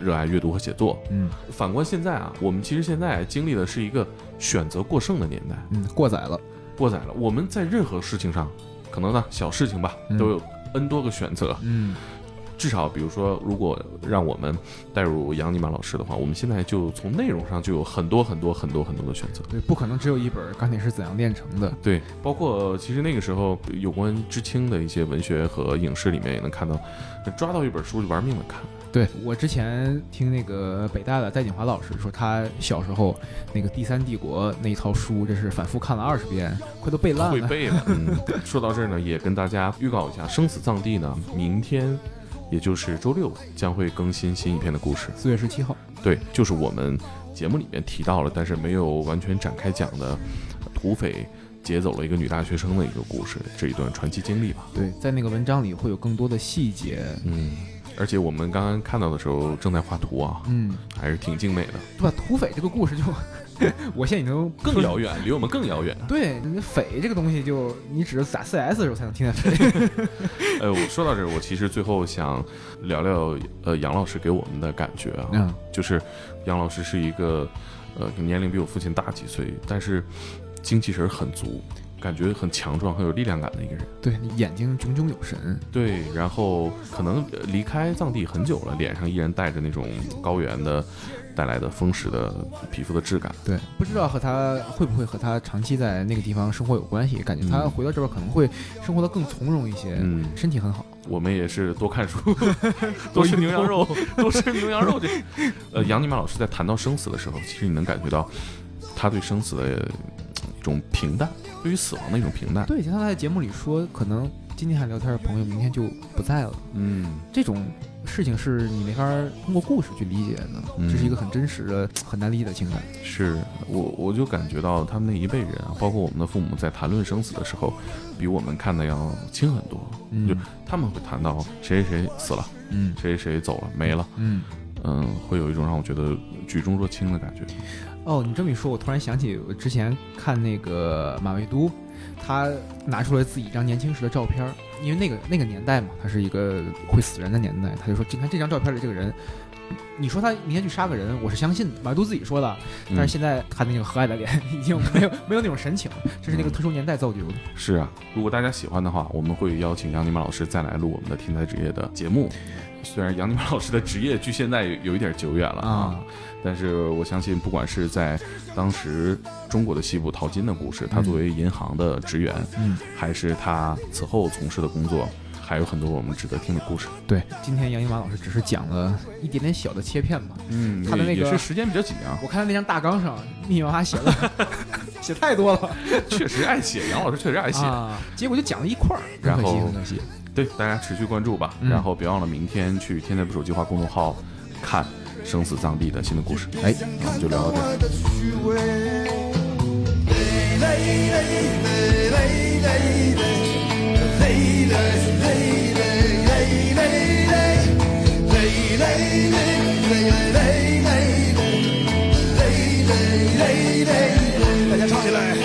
[SPEAKER 4] 热爱阅读和写作。
[SPEAKER 3] 嗯
[SPEAKER 4] 反观现在啊，我们其实现在经历的是一个选择过剩的年代，
[SPEAKER 3] 嗯，过载了。
[SPEAKER 4] 过载了。我们在任何事情上，可能呢小事情吧
[SPEAKER 3] 嗯，
[SPEAKER 4] 都有 N 多个选择。
[SPEAKER 3] 嗯
[SPEAKER 4] 至少比如说，如果让我们带入杨尼玛老师的话，我们现在就从内容上就有很多很多很多很多的选择。
[SPEAKER 3] 对，不可能只有一本《钢铁是怎样炼成的》。
[SPEAKER 4] 对，包括其实那个时候有关知青的一些文学和影视里面也能看到，抓到一本书就玩命的看。
[SPEAKER 3] 对我之前听那个北大的戴锦华老师说，他小时候那个《第三帝国》那一套书，这是反复看了二十遍，快都背烂
[SPEAKER 4] 会
[SPEAKER 3] 了。
[SPEAKER 4] 背了。嗯，说到这儿呢，也跟大家预告一下，《生死葬地》呢，明天，也就是周六将会更新新一篇的故事。
[SPEAKER 3] 四月十七号，
[SPEAKER 4] 对，就是我们节目里面提到了，但是没有完全展开讲的《土匪劫走了一个女大学生的一个故事，这一段传奇经历吧。
[SPEAKER 3] 对，在那个文章里会有更多的细节。
[SPEAKER 4] 嗯，而且我们刚刚看到的时候正在画图啊，
[SPEAKER 3] 嗯，
[SPEAKER 4] 还是挺精美的，
[SPEAKER 3] 对吧？土匪这个故事就， 我现在已经
[SPEAKER 4] 更遥远，离我们更遥远。
[SPEAKER 3] 对，那匪这个东西就你只有打 CS 的时候才能听见匪。
[SPEAKER 4] 呃，我说到这儿，我其实最后想聊聊呃杨老师给我们的感觉啊，
[SPEAKER 3] 嗯，
[SPEAKER 4] 就是杨老师是一个呃年龄比我父亲大几岁，但是精气神儿很足，感觉很强壮、很有力量感的一个人。
[SPEAKER 3] 对，你眼睛炯炯有神。
[SPEAKER 4] 对，然后可能呃离开藏地很久了，脸上依然带着那种高原的带来的风蚀的皮肤的质感。
[SPEAKER 3] 对，不知道和他会不会和他长期在那个地方生活有关系？感觉他
[SPEAKER 4] 嗯
[SPEAKER 3] 回到这边可能会生活的更从容一些，
[SPEAKER 4] 嗯
[SPEAKER 3] 身体很好。
[SPEAKER 4] 我们也是多看书，多吃牛羊肉，多吃牛羊肉。这，呃，杨尼玛老师在谈到生死的时候，其实你能感觉到他对生死的呃一种平淡，对于死亡的一种平淡。
[SPEAKER 3] 对，像他在节目里说，可能今天还聊天的朋友，明天就不在了。
[SPEAKER 4] 嗯，
[SPEAKER 3] 这种事情是你没法通过故事去理解的，
[SPEAKER 4] 嗯
[SPEAKER 3] 这是一个很真实的、很难理解的情感。
[SPEAKER 4] 是我我就感觉到他们那一辈人啊，包括我们的父母，在谈论生死的时候，比我们看的要轻很多。就
[SPEAKER 3] 嗯
[SPEAKER 4] 他们会谈到谁谁谁死了，
[SPEAKER 3] 嗯
[SPEAKER 4] 谁谁谁走了，没了，
[SPEAKER 3] 嗯。
[SPEAKER 4] 嗯，会有一种让我觉得举重若轻的感觉。
[SPEAKER 3] 哦，你这么一说，我突然想起我之前看那个马未都，他拿出来自己一张年轻时的照片儿，因为那个那个年代嘛，他是一个会死人的年代，他就说，你看这张照片里这个人，你说他明天去杀个人，我是相信的，马未都自己说的，
[SPEAKER 4] 嗯
[SPEAKER 3] 但是现在他那个和蔼的脸 已经没有没有那种神情了，这
[SPEAKER 4] 嗯
[SPEAKER 3] 是那个特殊年代造就的。
[SPEAKER 4] 是啊，如果大家喜欢的话，我们会邀请杨尼玛老师再来录我们的天才职业的节目。虽然杨尼玛老师的职业距现在有一点久远了
[SPEAKER 3] 啊，
[SPEAKER 4] 但是我相信，不管是在当时中国的西部淘金的故事，他
[SPEAKER 3] 嗯
[SPEAKER 4] 作为银行的职员，
[SPEAKER 3] 嗯，
[SPEAKER 4] 还是他此后从事的工作，还有很多我们值得听的故事。
[SPEAKER 3] 对，今天杨一马老师只是讲了一点点小的切片吧，
[SPEAKER 4] 嗯
[SPEAKER 3] 他的那个
[SPEAKER 4] 也是时间比较紧 啊，
[SPEAKER 3] 我看他那张大纲上密密麻麻写了， 写太多了。
[SPEAKER 4] 确实爱写，杨老师确实爱写。
[SPEAKER 3] 啊，结果就讲了一块儿，
[SPEAKER 4] 然
[SPEAKER 3] 很可惜，
[SPEAKER 4] 后
[SPEAKER 3] 很可惜。
[SPEAKER 4] 对，大家持续关注吧，
[SPEAKER 3] 嗯
[SPEAKER 4] 然后别忘了明天去“天才捕手计划”公众号看《生死藏地》的新的故事。哎，那我们就聊到这儿。
[SPEAKER 8] 大家唱起来。